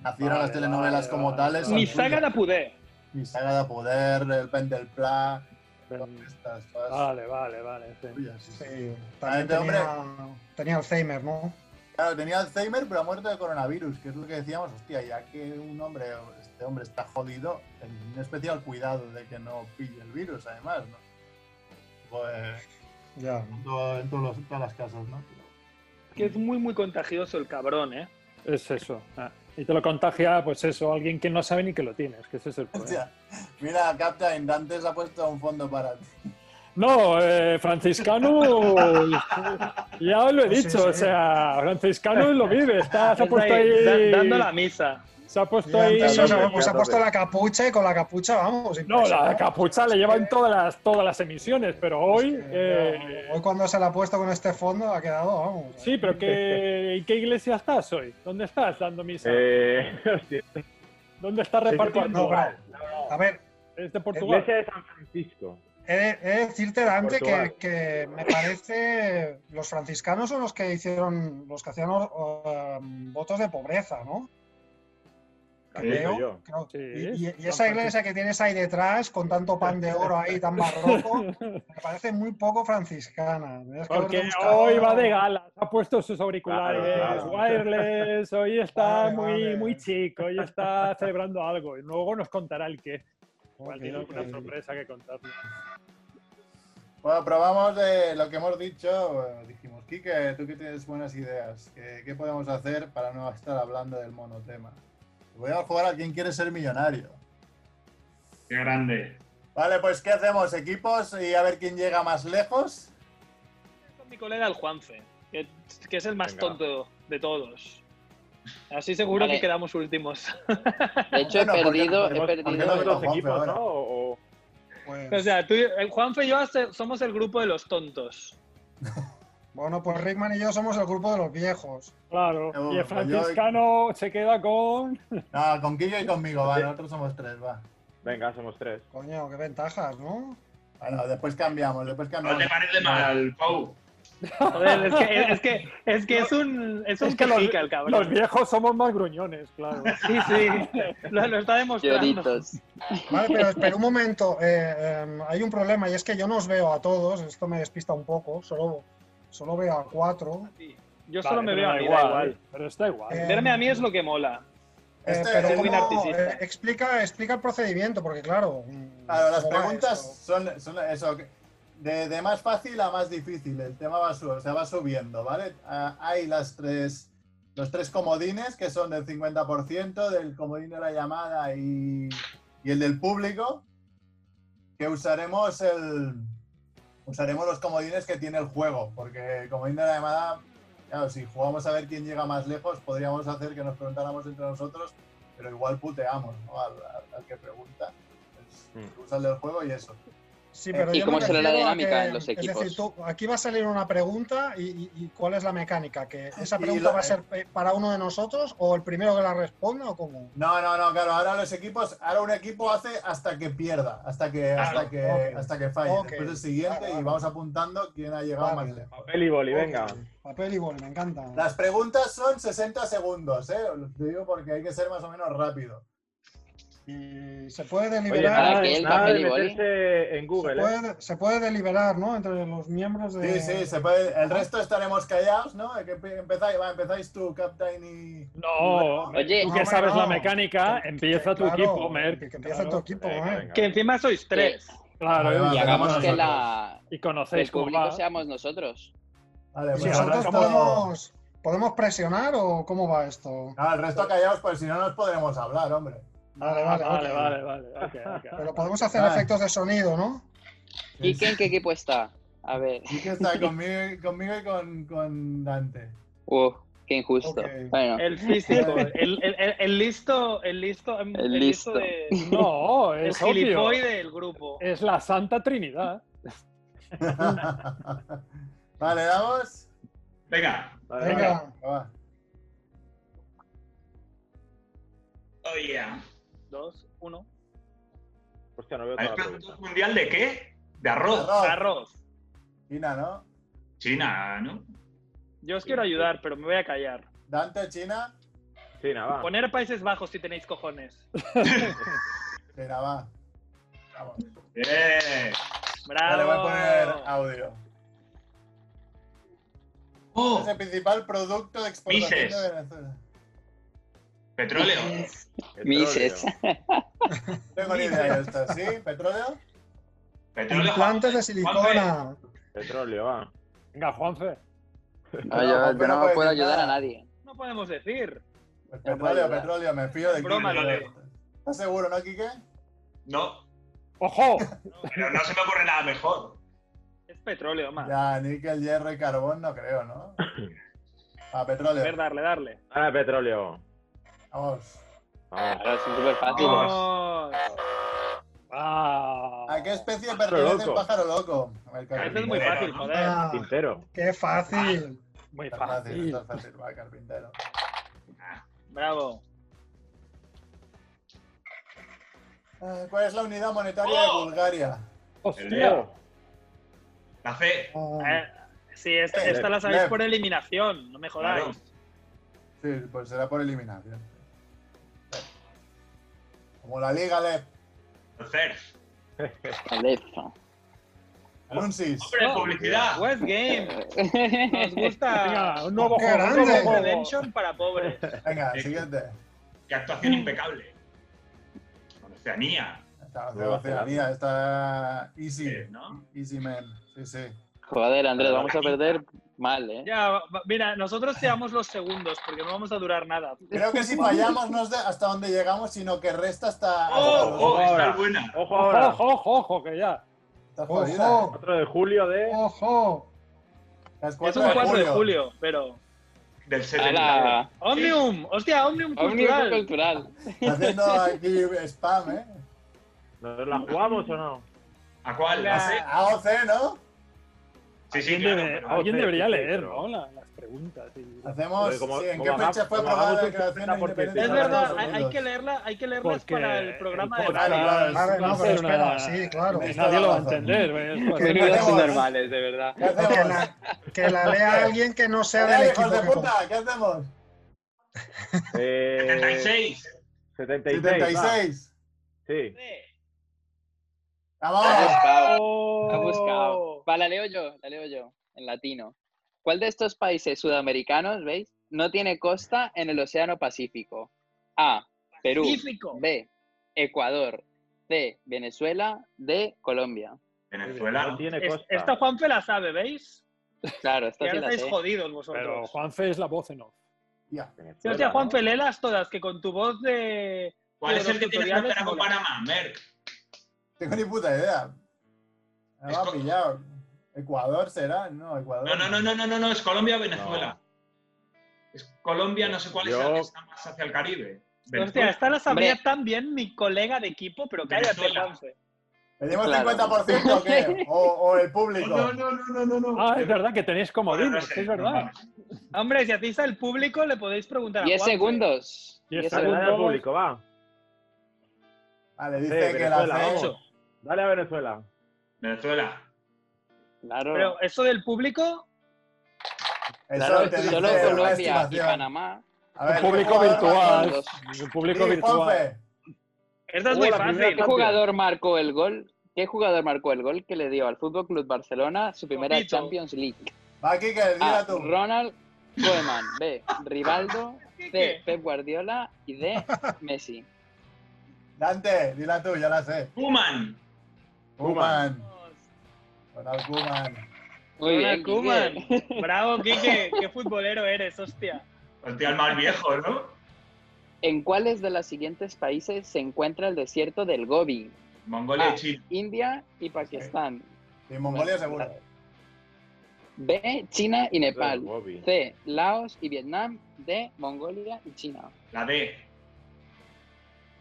Speaker 3: nacieron
Speaker 8: Vale,
Speaker 3: las telenovelas
Speaker 8: vale,
Speaker 3: como
Speaker 8: vale,
Speaker 3: tales.
Speaker 8: vale.
Speaker 6: Ni
Speaker 3: son suyas.
Speaker 6: Saga la pude.
Speaker 3: Mi saga de poder, el Pendelpla, todas
Speaker 8: Ben-
Speaker 3: estas, todas
Speaker 8: Vale, vale, vale. sí.
Speaker 3: suyas, sí, sí.
Speaker 5: Sí,
Speaker 3: Ah,
Speaker 5: también
Speaker 3: este hombre.
Speaker 5: tenía, tenía Alzheimer, ¿no?
Speaker 3: Claro, tenía Alzheimer, pero ha muerto de coronavirus, que es lo que decíamos, hostia, ya que un hombre, este hombre está jodido, un especial cuidado de que no pille el virus, además, ¿no? Pues
Speaker 5: Ya.
Speaker 3: en, todo- en todos los- todas las casas, ¿no?
Speaker 6: Que es muy, muy contagioso el cabrón, ¿eh?
Speaker 8: Es eso. Ah, Y te lo contagia, pues eso, alguien que no sabe ni que lo tienes, que ese es el problema.
Speaker 3: Hostia, mira, Captain, Dante se ha puesto un fondo para ti.
Speaker 8: No, eh, Franciscano,
Speaker 5: [laughs]
Speaker 8: ya os lo he
Speaker 5: Sí,
Speaker 8: dicho,
Speaker 5: sí.
Speaker 8: o sea, Franciscano lo vive, está, se ha
Speaker 6: Es
Speaker 8: puesto
Speaker 6: ahí,
Speaker 8: ahí,
Speaker 6: da- dando la misa.
Speaker 8: se ha puesto
Speaker 5: Ya,
Speaker 8: ahí,
Speaker 5: entonces,
Speaker 9: Sí,
Speaker 5: se, ha-
Speaker 9: sí,
Speaker 5: se ha
Speaker 9: sí.
Speaker 5: puesto la capucha y con la capucha vamos.
Speaker 8: no, la
Speaker 5: impresionante.
Speaker 8: capucha le llevan todas las, todas las emisiones, pero hoy,
Speaker 5: Es que,
Speaker 8: eh,
Speaker 5: ya, hoy cuando se la ha puesto con este fondo ha quedado, vamos.
Speaker 8: sí, pero ¿qué, ¿en qué iglesia estás hoy? ¿Dónde estás dando misa?
Speaker 9: Eh, [laughs] hostia,
Speaker 8: ¿Dónde estás
Speaker 9: sí,
Speaker 8: repartiendo?
Speaker 5: no, pero- A ver,
Speaker 8: Es de Portugal.
Speaker 9: iglesia de San Francisco.
Speaker 5: he de, he de decirte, Dante, que,
Speaker 9: Portugal.
Speaker 5: que me parece los franciscanos son los que hicieron, los que hacían eh, votos de pobreza, ¿no?
Speaker 9: Aquí soy yo.
Speaker 5: creo.
Speaker 8: Sí,
Speaker 5: y, y- y
Speaker 8: San
Speaker 5: esa iglesia
Speaker 8: Francisco.
Speaker 5: que tienes ahí detrás, con tanto pan de oro ahí, tan barroco,
Speaker 8: [laughs]
Speaker 5: me parece muy poco franciscana. Tendrías que
Speaker 8: Porque
Speaker 5: haberte buscado-
Speaker 8: hoy va de gala, se ha puesto sus auriculares
Speaker 9: Claro,
Speaker 8: wireless, hoy está
Speaker 5: Vale,
Speaker 8: muy,
Speaker 5: vale.
Speaker 8: muy chico, hoy está celebrando algo. Y luego nos contará el qué. Igual
Speaker 5: Ok,
Speaker 8: tiene alguna
Speaker 5: ok.
Speaker 8: sorpresa que contarnos.
Speaker 3: Bueno, probamos de lo que hemos dicho. eh, Dijimos, Kike, tú que tienes buenas ideas, ¿qué, qué podemos hacer para no estar hablando del monotema? Voy a jugar a quien quiere ser millonario.
Speaker 7: Qué grande.
Speaker 3: Vale, pues ¿qué hacemos? ¿Equipos y a ver quién llega más lejos?
Speaker 6: Con mi colega el Juanfe, que, que es el más
Speaker 9: Venga.
Speaker 6: tonto de todos. Así seguro
Speaker 4: Vale.
Speaker 6: que quedamos últimos. [laughs]
Speaker 4: De hecho, he
Speaker 3: Bueno, ¿por qué-
Speaker 4: perdido,
Speaker 3: por qué-
Speaker 4: he
Speaker 3: por qué
Speaker 4: perdido.
Speaker 3: no
Speaker 9: Tenemos
Speaker 3: me
Speaker 9: dos
Speaker 3: lo compro
Speaker 9: equipos,
Speaker 3: ahora.
Speaker 9: ¿no? O- o-
Speaker 5: Pues,
Speaker 6: o sea, tú, el Juanfe y yo hace- somos el grupo de los tontos.
Speaker 5: bueno, pues Rickman y yo somos el grupo de los viejos.
Speaker 8: Claro.
Speaker 3: Yo-
Speaker 8: Y
Speaker 3: pues yo-
Speaker 8: el franciscano se queda con.
Speaker 3: No, con Kike y conmigo, va, nosotros somos tres, va.
Speaker 9: Venga, somos tres.
Speaker 5: Coño, qué ventajas, ¿no?
Speaker 3: Bueno, después cambiamos, después
Speaker 7: No
Speaker 3: cambiamos.
Speaker 7: te parece mal, Pou.
Speaker 6: [laughs] Joder, es que es, que, es, que es un, es un
Speaker 8: Es que los,
Speaker 6: quejica el cabrón.
Speaker 8: los viejos somos más gruñones, claro.
Speaker 6: [laughs] Sí, sí, lo, lo está demostrando.
Speaker 4: Lloritos.
Speaker 5: Vale, pero espera un momento. eh, em, hay un problema y es que yo no os veo a todos. Esto me despista un poco. Solo, solo veo a cuatro.
Speaker 6: Sí. Yo solo
Speaker 8: Vale,
Speaker 6: me
Speaker 8: pero
Speaker 6: veo
Speaker 8: da
Speaker 6: a mí, da [laughs]
Speaker 8: igual,
Speaker 6: igual.
Speaker 8: Pero está igual.
Speaker 5: Eh,
Speaker 6: Verme a mí es lo que mola.
Speaker 5: Eh,
Speaker 3: Este-
Speaker 5: pero
Speaker 3: este es
Speaker 6: muy
Speaker 5: ¿cómo,
Speaker 6: narcisista.
Speaker 5: eh, explica, explica el procedimiento, porque claro. mm,
Speaker 3: Claro, las
Speaker 5: ¿cómo va
Speaker 3: preguntas
Speaker 5: esto?
Speaker 3: son, son eso, que- de, de más fácil a más difícil. El tema va, su- o sea, va subiendo, ¿vale? Ah, hay las tres, los tres comodines, que son del 50%, del comodín de la llamada y, y el del público, que usaremos el usaremos los comodines que tiene el juego, porque el comodín de la llamada, claro, si jugamos a ver quién llega más lejos, podríamos hacer que nos preguntáramos entre nosotros, pero igual puteamos ¿no? al, al- al que pregunta.
Speaker 7: Mm.
Speaker 3: Pues, usa el del juego y eso.
Speaker 5: Sí, pero
Speaker 4: ¿Y
Speaker 5: yo
Speaker 4: cómo
Speaker 5: me
Speaker 4: será la
Speaker 5: refiero a
Speaker 4: dinámica
Speaker 5: que-
Speaker 4: en los
Speaker 5: Es decir,
Speaker 4: equipos?
Speaker 5: tú- aquí va a salir una pregunta y, y- y cuál es la mecánica. que ¿Esa
Speaker 3: Y e-
Speaker 5: pregunta
Speaker 3: lo-
Speaker 5: va a ser pe- para uno de nosotros o el primero que la responda o cómo?
Speaker 3: No, no, no, claro, ahora los equipos, ahora un equipo hace hasta que pierda, hasta que, hasta que,
Speaker 5: ok.
Speaker 3: hasta que falle.
Speaker 5: Ok,
Speaker 3: Después el siguiente
Speaker 5: vale, vale.
Speaker 3: y vamos apuntando quién ha llegado
Speaker 5: Vale.
Speaker 3: más lejos.
Speaker 9: Papel y boli, venga.
Speaker 5: Ok, Papel y boli, me encanta.
Speaker 3: Las preguntas son 60 segundos, ¿eh? Os Lo digo porque hay que ser más o menos rápido.
Speaker 5: Y se puede
Speaker 9: Oye,
Speaker 5: deliberar.
Speaker 9: nada,
Speaker 4: para que el
Speaker 9: nada
Speaker 4: papel
Speaker 9: de
Speaker 4: y boli-
Speaker 9: meterse en Google,
Speaker 5: se,
Speaker 9: ¿eh?
Speaker 5: puede, se puede deliberar, ¿no? Entre los miembros de.
Speaker 3: Sí, sí, se puede. El resto estaremos callados, ¿no? Eh, Que empe- empezáis, va, empezáis tú, Captain y.
Speaker 8: No,
Speaker 4: Oye,
Speaker 8: tú
Speaker 5: no,
Speaker 8: que sabes
Speaker 5: no.
Speaker 8: la mecánica, empieza tu
Speaker 5: Claro,
Speaker 8: equipo, Merck.
Speaker 5: Que, que empieza
Speaker 8: claro.
Speaker 5: tu equipo,
Speaker 9: Venga,
Speaker 5: ¿eh?
Speaker 9: venga.
Speaker 6: Que encima sois tres.
Speaker 8: Claro,
Speaker 3: Vale,
Speaker 8: y,
Speaker 3: vale.
Speaker 4: y hagamos que
Speaker 3: nosotros.
Speaker 4: la,
Speaker 8: y
Speaker 4: que el
Speaker 8: conocéis cómo
Speaker 4: público
Speaker 8: va.
Speaker 4: seamos nosotros.
Speaker 3: Vale,
Speaker 5: ¿Y
Speaker 3: pues
Speaker 8: Sí, ahora
Speaker 5: ¿Nosotros
Speaker 3: nosotros
Speaker 8: somos-
Speaker 3: podemos.
Speaker 5: podemos, podemos presionar o cómo va esto?
Speaker 3: No, el resto callados, pues si no nos podremos hablar, hombre.
Speaker 5: Vale,
Speaker 8: Ah,
Speaker 5: vale,
Speaker 8: vale,
Speaker 5: ok.
Speaker 8: vale, vale, ok, ok.
Speaker 5: Pero podemos hacer
Speaker 3: Vale.
Speaker 5: efectos de sonido, ¿no?
Speaker 4: ¿Y en qué equipo está? A
Speaker 3: [laughs]
Speaker 4: ver.
Speaker 3: Sí que está conmigo, conmigo y con, con Dante.
Speaker 4: Uh, qué injusto.
Speaker 5: Ok.
Speaker 4: Bueno, [laughs]
Speaker 6: El físico, el, el- el- el listo, el listo, el, listo,
Speaker 4: listo.
Speaker 6: de,
Speaker 8: No,
Speaker 6: el
Speaker 8: es obvio.
Speaker 6: gilipoy del grupo.
Speaker 8: Es la Santa
Speaker 3: [laughs]
Speaker 8: Trinidad.
Speaker 3: vale, damos.
Speaker 7: Venga.
Speaker 9: Vale, venga.
Speaker 5: Venga,
Speaker 3: Va.
Speaker 7: Oh, yeah.
Speaker 6: Dos, uno.
Speaker 9: Hostia, no veo toda
Speaker 7: ¿Habéis
Speaker 9: la
Speaker 7: preguntado
Speaker 9: pregunta.
Speaker 7: mundial de qué? De arroz.
Speaker 3: Arroz.
Speaker 6: Arroz.
Speaker 3: China, ¿no?
Speaker 7: China, ¿no?
Speaker 6: Yo os quiero ayudar, pero me voy a callar.
Speaker 3: Dante, China.
Speaker 9: Sí, nada, va.
Speaker 6: Poner Países Bajos si tenéis cojones.
Speaker 3: China, va. Vamos.
Speaker 7: Bien.
Speaker 3: Ahora
Speaker 6: Bravo.
Speaker 3: voy a poner audio. Es el principal producto de exportación
Speaker 7: Mises.
Speaker 3: de Venezuela.
Speaker 7: Petróleo.
Speaker 4: Mises.
Speaker 3: No Tengo ni idea de esto, ¿sí? ¿Petróleo?
Speaker 7: Petróleo.
Speaker 5: Implantes de silicona.
Speaker 9: Petróleo, va.
Speaker 8: Venga, Juanfe.
Speaker 4: No, yo, yo
Speaker 3: pero
Speaker 4: no
Speaker 3: puede
Speaker 4: puedo
Speaker 3: decir
Speaker 4: ayudar a
Speaker 3: nada.
Speaker 4: nadie.
Speaker 6: No podemos decir.
Speaker 3: Pues
Speaker 4: No
Speaker 3: petróleo,
Speaker 4: puedo
Speaker 3: petróleo, me fío de
Speaker 6: Broma,
Speaker 3: Quique.
Speaker 7: lo leo.
Speaker 3: ¿Estás seguro, no, Quique?
Speaker 7: No,
Speaker 8: ¡Ojo!
Speaker 7: [laughs] pero no se me ocurre nada mejor.
Speaker 6: Es petróleo, más.
Speaker 3: Ya, níquel, hierro y carbón no creo, ¿no? Ah,
Speaker 6: A ver,
Speaker 3: petróleo.
Speaker 6: darle, darle.
Speaker 9: Ah, petróleo.
Speaker 3: Vamos.
Speaker 9: Vamos.
Speaker 4: Claro, son súper fáciles.
Speaker 6: Vamos.
Speaker 8: Ah.
Speaker 3: ¿A qué especie
Speaker 9: Pájaro
Speaker 3: pertenece el
Speaker 9: loco.
Speaker 3: pájaro loco? A ver,
Speaker 6: Eso es
Speaker 3: carpintero.
Speaker 6: muy
Speaker 7: Bueno,
Speaker 6: fácil,
Speaker 7: ¿no?
Speaker 6: joder.
Speaker 5: Ah,
Speaker 9: Tintero.
Speaker 5: qué fácil.
Speaker 8: Muy
Speaker 3: Está fácil,
Speaker 8: fácil.
Speaker 3: está fácil, va, carpintero.
Speaker 6: Bravo.
Speaker 3: Ah, ¿Cuál es la unidad monetaria de
Speaker 7: ¡Oh!
Speaker 3: Bulgaria?
Speaker 8: ¡Hostia!
Speaker 7: La fe.
Speaker 5: Ah,
Speaker 6: Eh, sí, esta,
Speaker 3: Eh,
Speaker 6: esta la sabéis
Speaker 3: Lev.
Speaker 6: por eliminación, no me jodáis.
Speaker 7: Claro.
Speaker 3: Sí, pues será por eliminación. Como la Liga Lep.
Speaker 7: El CERF.
Speaker 4: Cabeza.
Speaker 3: Anuncis.
Speaker 7: Hombre,
Speaker 6: No.
Speaker 7: publicidad.
Speaker 6: West Game. Nos gusta
Speaker 8: Venga, un nuevo
Speaker 5: Qué
Speaker 8: juego. un nuevo
Speaker 5: grande.
Speaker 8: juego.
Speaker 6: Redemption para pobres.
Speaker 3: Venga, siguiente.
Speaker 7: Qué actuación impecable. Con Oceanía.
Speaker 3: Esta
Speaker 9: Nueva
Speaker 3: Oceanía, esta Easy.
Speaker 7: eh, ¿no?
Speaker 3: Easy Man. Sí, sí.
Speaker 4: Joder, Andrés, vamos a perder mal, ¿eh?
Speaker 6: Ya, va- mira, nosotros seamos los segundos porque no vamos a durar nada.
Speaker 3: Creo que si fallamos no es de- hasta donde llegamos, sino que resta hasta.
Speaker 7: Oh, oh,
Speaker 9: ahora.
Speaker 7: está buena.
Speaker 9: Ojo
Speaker 8: Ojo,
Speaker 9: ahora.
Speaker 8: ojo, ojo, ojo, que ya.
Speaker 3: Está jodida. eh.
Speaker 5: Ojo,
Speaker 9: 4 de julio de.
Speaker 5: ojo.
Speaker 6: [laughs]
Speaker 3: Es
Speaker 6: Es
Speaker 3: 4
Speaker 6: un
Speaker 3: de
Speaker 6: 4 de
Speaker 3: julio.
Speaker 6: julio, pero.
Speaker 7: Del 79.
Speaker 4: ¡Hala!
Speaker 6: ¡Omnium! ¡Hostia, Omnium
Speaker 4: Omnium
Speaker 6: Cultural!
Speaker 4: cultural.
Speaker 3: Haciendo
Speaker 4: [laughs]
Speaker 3: aquí spam, ¿eh?
Speaker 9: ¿Nos la jugamos o no?
Speaker 7: ¿A cuál?
Speaker 6: La-
Speaker 7: ¿La C?
Speaker 3: AOC, ¿no?
Speaker 7: Sí, sí,
Speaker 8: Alguien,
Speaker 7: claro.
Speaker 8: debe-
Speaker 7: pero-
Speaker 8: alguien
Speaker 9: sí,
Speaker 8: debería
Speaker 9: sí,
Speaker 8: leer,
Speaker 9: pero-
Speaker 8: ¿no? La- las preguntas. y-
Speaker 3: Hacemos.
Speaker 9: Oye, como-
Speaker 3: sí, ¿En
Speaker 9: como
Speaker 3: qué
Speaker 9: hagamos-
Speaker 3: fecha fue
Speaker 9: como
Speaker 3: aprobada la
Speaker 9: hagamos un
Speaker 3: creación de
Speaker 9: 50%.
Speaker 3: independencia?
Speaker 6: Es
Speaker 3: de
Speaker 6: verdad,
Speaker 3: Estados
Speaker 6: hay, hay
Speaker 3: Unidos?
Speaker 6: que leerla, hay que leerlas
Speaker 8: Porque
Speaker 6: para el programa
Speaker 8: el
Speaker 6: de
Speaker 8: podcast-
Speaker 6: radio.
Speaker 3: Claro,
Speaker 5: Vale,
Speaker 8: Va
Speaker 5: no,
Speaker 8: a
Speaker 5: pero
Speaker 8: ser una-
Speaker 5: espera, sí, claro.
Speaker 3: Tenéis
Speaker 8: Nadie lo va a
Speaker 3: toda la razón.
Speaker 8: entender. ¿ves? Pues-
Speaker 4: Menudos
Speaker 3: hacemos?
Speaker 4: subnormales, de verdad.
Speaker 3: ¿Qué
Speaker 5: Que
Speaker 3: hacemos?
Speaker 5: la, que la lea
Speaker 3: [laughs]
Speaker 5: alguien que no sea del
Speaker 3: ¡Eh,
Speaker 5: equipo.
Speaker 3: hijos de
Speaker 5: que
Speaker 3: puta! ¿Qué hacemos?
Speaker 9: Eh,
Speaker 7: 76.
Speaker 9: 76. va.
Speaker 3: 76.
Speaker 9: Sí.
Speaker 4: La he
Speaker 3: ¡Vamos!
Speaker 4: buscado, la he buscado.
Speaker 6: Oh.
Speaker 4: Va, la leo yo, la leo yo, en latino. ¿Cuál de estos países sudamericanos, veis, no tiene costa en el Océano Pacífico? A. Perú.
Speaker 6: Pacífico.
Speaker 4: B. Ecuador. C. Venezuela. D. Colombia.
Speaker 7: Venezuela.
Speaker 9: No
Speaker 7: ¿no?
Speaker 9: tiene
Speaker 6: Es-
Speaker 9: costa.
Speaker 6: esta Juanfe la sabe, ¿veis?
Speaker 4: Claro, esta
Speaker 6: Y
Speaker 4: sí
Speaker 6: ahora
Speaker 4: la
Speaker 6: estáis
Speaker 4: sé.
Speaker 6: jodidos vosotros.
Speaker 8: Pero Juanfe es la voz en off.
Speaker 3: Ya.
Speaker 6: Sí,
Speaker 9: Venezuela,
Speaker 6: hostia,
Speaker 9: ¿no?
Speaker 6: Juanfe, léelas todas, que con tu voz de...
Speaker 7: ¿Cuál es el que tiene
Speaker 6: Tutoriales
Speaker 7: frontera con
Speaker 6: mola.
Speaker 7: Panamá? Merck.
Speaker 3: Tengo ni puta idea. Me
Speaker 7: Es
Speaker 3: va a
Speaker 7: co-
Speaker 3: pillar. ¿Ecuador será? No, Ecuador.
Speaker 7: No, no, no, no, no, no, no, es Colombia Venezuela. Es Colombia, no sé cuál es
Speaker 9: Yo-
Speaker 7: la que está más hacia el Caribe.
Speaker 6: Hostia,
Speaker 7: Venezuela.
Speaker 6: esta la sabía
Speaker 4: Hombre.
Speaker 6: tan bien mi colega de equipo, pero cállate,
Speaker 7: Venezuela.
Speaker 6: Juanfe.
Speaker 3: ¿Pedimos
Speaker 4: Claro.
Speaker 3: 50% o qué? O, o el público.
Speaker 7: No, no, no, no, no, no.
Speaker 8: Ah, es verdad que tenéis
Speaker 7: Bueno, no
Speaker 8: comodines,
Speaker 7: sé,
Speaker 8: es verdad.
Speaker 6: Hombre, si hacéis al público, le podéis preguntar a
Speaker 4: 10
Speaker 6: Juanfe.
Speaker 4: segundos.
Speaker 8: Y
Speaker 4: Diez
Speaker 8: está
Speaker 9: Dale, dale al
Speaker 4: segundos.
Speaker 9: público, va.
Speaker 3: Vale,
Speaker 9: Sí,
Speaker 3: dice que la
Speaker 9: Venezuela,
Speaker 3: C.
Speaker 9: vamos. Dale a Venezuela.
Speaker 7: Venezuela.
Speaker 4: Claro.
Speaker 6: Pero eso del público,
Speaker 3: Eso
Speaker 4: claro,
Speaker 3: te
Speaker 4: solo
Speaker 3: dice la
Speaker 4: Colombia y
Speaker 3: estimación.
Speaker 4: Panamá.
Speaker 3: A ver,
Speaker 8: Un
Speaker 3: ¿qué
Speaker 8: público
Speaker 3: jugador
Speaker 8: virtual.
Speaker 4: Dos.
Speaker 8: Un
Speaker 3: marcó?
Speaker 8: público
Speaker 3: Sí,
Speaker 8: virtual.
Speaker 3: Juanfe.
Speaker 6: esta es
Speaker 9: Uh,
Speaker 6: muy
Speaker 9: la primera
Speaker 6: fácil.
Speaker 4: ¿Qué jugador marcó el gol? ¿Qué jugador marcó el gol que le dio al Fútbol Club Barcelona su primera
Speaker 6: Ojito.
Speaker 4: Champions League?
Speaker 3: Va, Kike,
Speaker 4: A.
Speaker 3: dila tú.
Speaker 4: Ronald Koeman. B.
Speaker 6: [laughs]
Speaker 4: Rivaldo. C. Pep Guardiola. Y
Speaker 3: [laughs]
Speaker 4: D. Messi.
Speaker 3: Dante, dila tú, ya la sé.
Speaker 7: Cuman.
Speaker 3: Kuman. Ronald Kuman.
Speaker 4: Muy
Speaker 6: Hola,
Speaker 4: bien.
Speaker 6: Koeman.
Speaker 4: [laughs] Quique.
Speaker 6: Bravo, Quique, qué futbolero eres, hostia.
Speaker 7: Hostia, el más viejo, ¿no?
Speaker 4: ¿En cuáles de los siguientes países se encuentra el desierto del Gobi?
Speaker 7: Mongolia
Speaker 4: Ah.
Speaker 7: y China.
Speaker 4: India y Pakistán.
Speaker 3: Y Mongolia seguro.
Speaker 4: B. China
Speaker 9: Dale,
Speaker 4: y Nepal.
Speaker 9: Bobby.
Speaker 4: C. Laos y Vietnam. D. Mongolia y China.
Speaker 7: La D.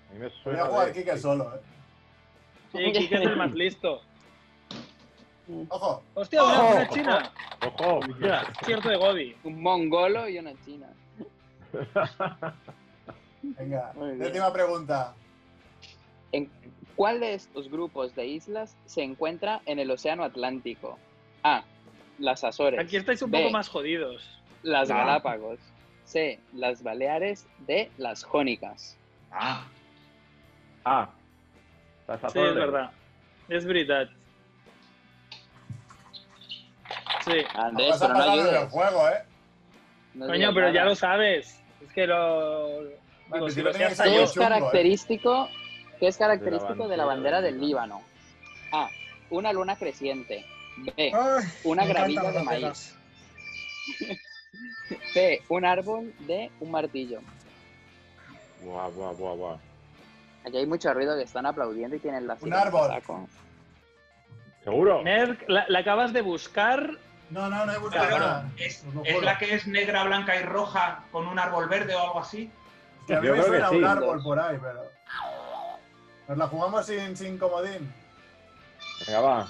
Speaker 9: A mí me
Speaker 3: Voy
Speaker 9: suena
Speaker 3: a jugar
Speaker 9: de-
Speaker 3: Kike solo. eh.
Speaker 6: Sí, [laughs] Quique es el más listo.
Speaker 3: eh. Ojo.
Speaker 6: Hostia, una, una china.
Speaker 9: Ojo, ya.
Speaker 6: Cierto de Gobi.
Speaker 4: Un mongolo y una china.
Speaker 3: Venga.
Speaker 4: Muy bien.
Speaker 3: Décima pregunta.
Speaker 4: ¿En cuál de estos grupos de islas se encuentra en el Océano Atlántico? A. Ah, Las Azores.
Speaker 6: Aquí estáis un
Speaker 4: B,
Speaker 6: poco más jodidos.
Speaker 4: Las
Speaker 7: Ah.
Speaker 4: Galápagos. C. Las Baleares. D. Las Jónicas.
Speaker 7: Ah.
Speaker 9: Ah. Las
Speaker 6: Sí,
Speaker 9: Azores.
Speaker 6: es verdad. Es verdad. Sí.
Speaker 4: Andrés,
Speaker 3: Vas a
Speaker 4: pero no
Speaker 3: pasar en el
Speaker 4: ayudes.
Speaker 3: juego, ¿eh?
Speaker 4: No
Speaker 6: Coño,
Speaker 4: digas
Speaker 6: pero ya
Speaker 4: nada.
Speaker 6: lo sabes. Es que lo.
Speaker 3: pero
Speaker 6: digo,
Speaker 3: si
Speaker 6: Pues si
Speaker 3: no
Speaker 6: lo
Speaker 3: tenía
Speaker 6: hacías
Speaker 3: que ser
Speaker 4: ¿Qué
Speaker 6: ayer-
Speaker 3: yo.
Speaker 4: es
Speaker 3: chungo, ¿eh?
Speaker 4: característico, qué es característico de
Speaker 9: bandera
Speaker 4: la bandera del
Speaker 9: del
Speaker 4: Líbano? A. Una luna creciente. B.
Speaker 5: Ay,
Speaker 4: Una
Speaker 5: me encantan
Speaker 4: gravilla
Speaker 5: las
Speaker 4: de maíz.
Speaker 5: banderas.
Speaker 4: C. Un árbol. D. Un martillo.
Speaker 9: Buah, buah, buah, buah.
Speaker 4: Aquí hay mucho ruido que están aplaudiendo y tienen la silla en el
Speaker 3: árbol.
Speaker 4: saco.
Speaker 9: ¿Seguro?
Speaker 6: Merck, la, la acabas de buscar.
Speaker 3: No, no, no he buscado
Speaker 7: Claro,
Speaker 3: nada.
Speaker 7: es,
Speaker 3: Os lo
Speaker 7: es
Speaker 3: juro.
Speaker 7: la que es negra, blanca y roja con un árbol verde o algo así.
Speaker 3: Que a mí
Speaker 9: Yo
Speaker 3: me
Speaker 9: creo que
Speaker 3: suena
Speaker 9: sí.
Speaker 3: un árbol por ahí, pero. Nos la jugamos sin, sin comodín.
Speaker 9: Venga, va.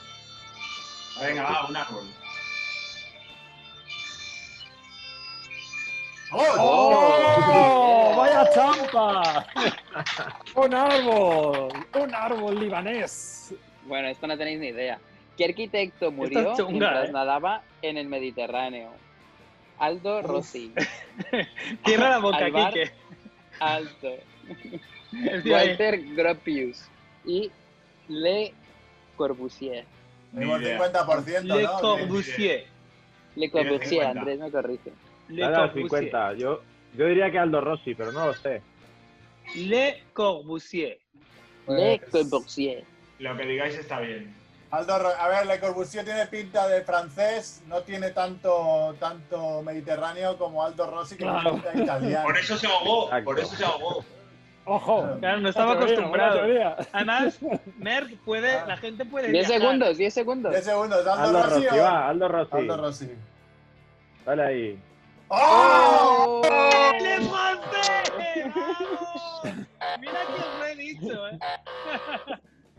Speaker 7: Venga, va, un árbol.
Speaker 3: ¡Oh!
Speaker 8: ¡Oh! ¡Vaya champa! ¡Un árbol! ¡Un árbol libanés!
Speaker 4: Bueno, esto no tenéis ni idea. ¿Qué arquitecto murió
Speaker 6: es chunga,
Speaker 4: mientras
Speaker 6: ¿eh?
Speaker 4: nadaba en el Mediterráneo? Aldo
Speaker 6: [laughs]
Speaker 4: Rossi.
Speaker 6: Cierra la boca,
Speaker 4: Alvar
Speaker 6: Kike.
Speaker 4: Alto.
Speaker 6: Es de ahí.
Speaker 4: Walter Gropius. Y Le Corbusier.
Speaker 7: Ni
Speaker 3: Tenemos
Speaker 7: idea.
Speaker 3: 50%,
Speaker 6: Le
Speaker 3: ¿no?
Speaker 6: Corbusier.
Speaker 4: Le
Speaker 7: Tiene
Speaker 4: Corbusier,
Speaker 7: 50.
Speaker 4: Andrés me corrige.
Speaker 6: Le
Speaker 9: Dale al
Speaker 6: Corbusier.
Speaker 9: 50. Yo, yo diría que Aldo Rossi, pero no lo sé.
Speaker 6: Le Corbusier.
Speaker 4: Le
Speaker 3: Pues-
Speaker 4: Corbusier.
Speaker 7: Lo que digáis está bien.
Speaker 3: Aldo Ro- a ver, Le Corbusier tiene pinta de francés, no tiene tanto, tanto mediterráneo como Aldo Rossi, que
Speaker 8: Claro.
Speaker 3: tiene pinta de italiano.
Speaker 7: Por eso se ahogó,
Speaker 9: Exacto.
Speaker 7: Oh, por eso se ahogó.
Speaker 8: ¡Ojo!
Speaker 6: Claro, no estaba
Speaker 8: Buena teoría, buena
Speaker 6: acostumbrado.
Speaker 8: teoría.
Speaker 6: Además, Merck puede, la gente puede.
Speaker 4: 10
Speaker 6: viajar.
Speaker 4: segundos, 10 segundos.
Speaker 3: 10 segundos, Aldo,
Speaker 9: Aldo
Speaker 3: Rossi.
Speaker 9: Rossi,
Speaker 3: o-
Speaker 9: va, Aldo Rossi.
Speaker 3: Aldo Rossi.
Speaker 9: Dale ahí.
Speaker 3: ¡Oh!
Speaker 6: ¡Le Monte! ¡Vamos! Mira que os lo he dicho, ¿eh?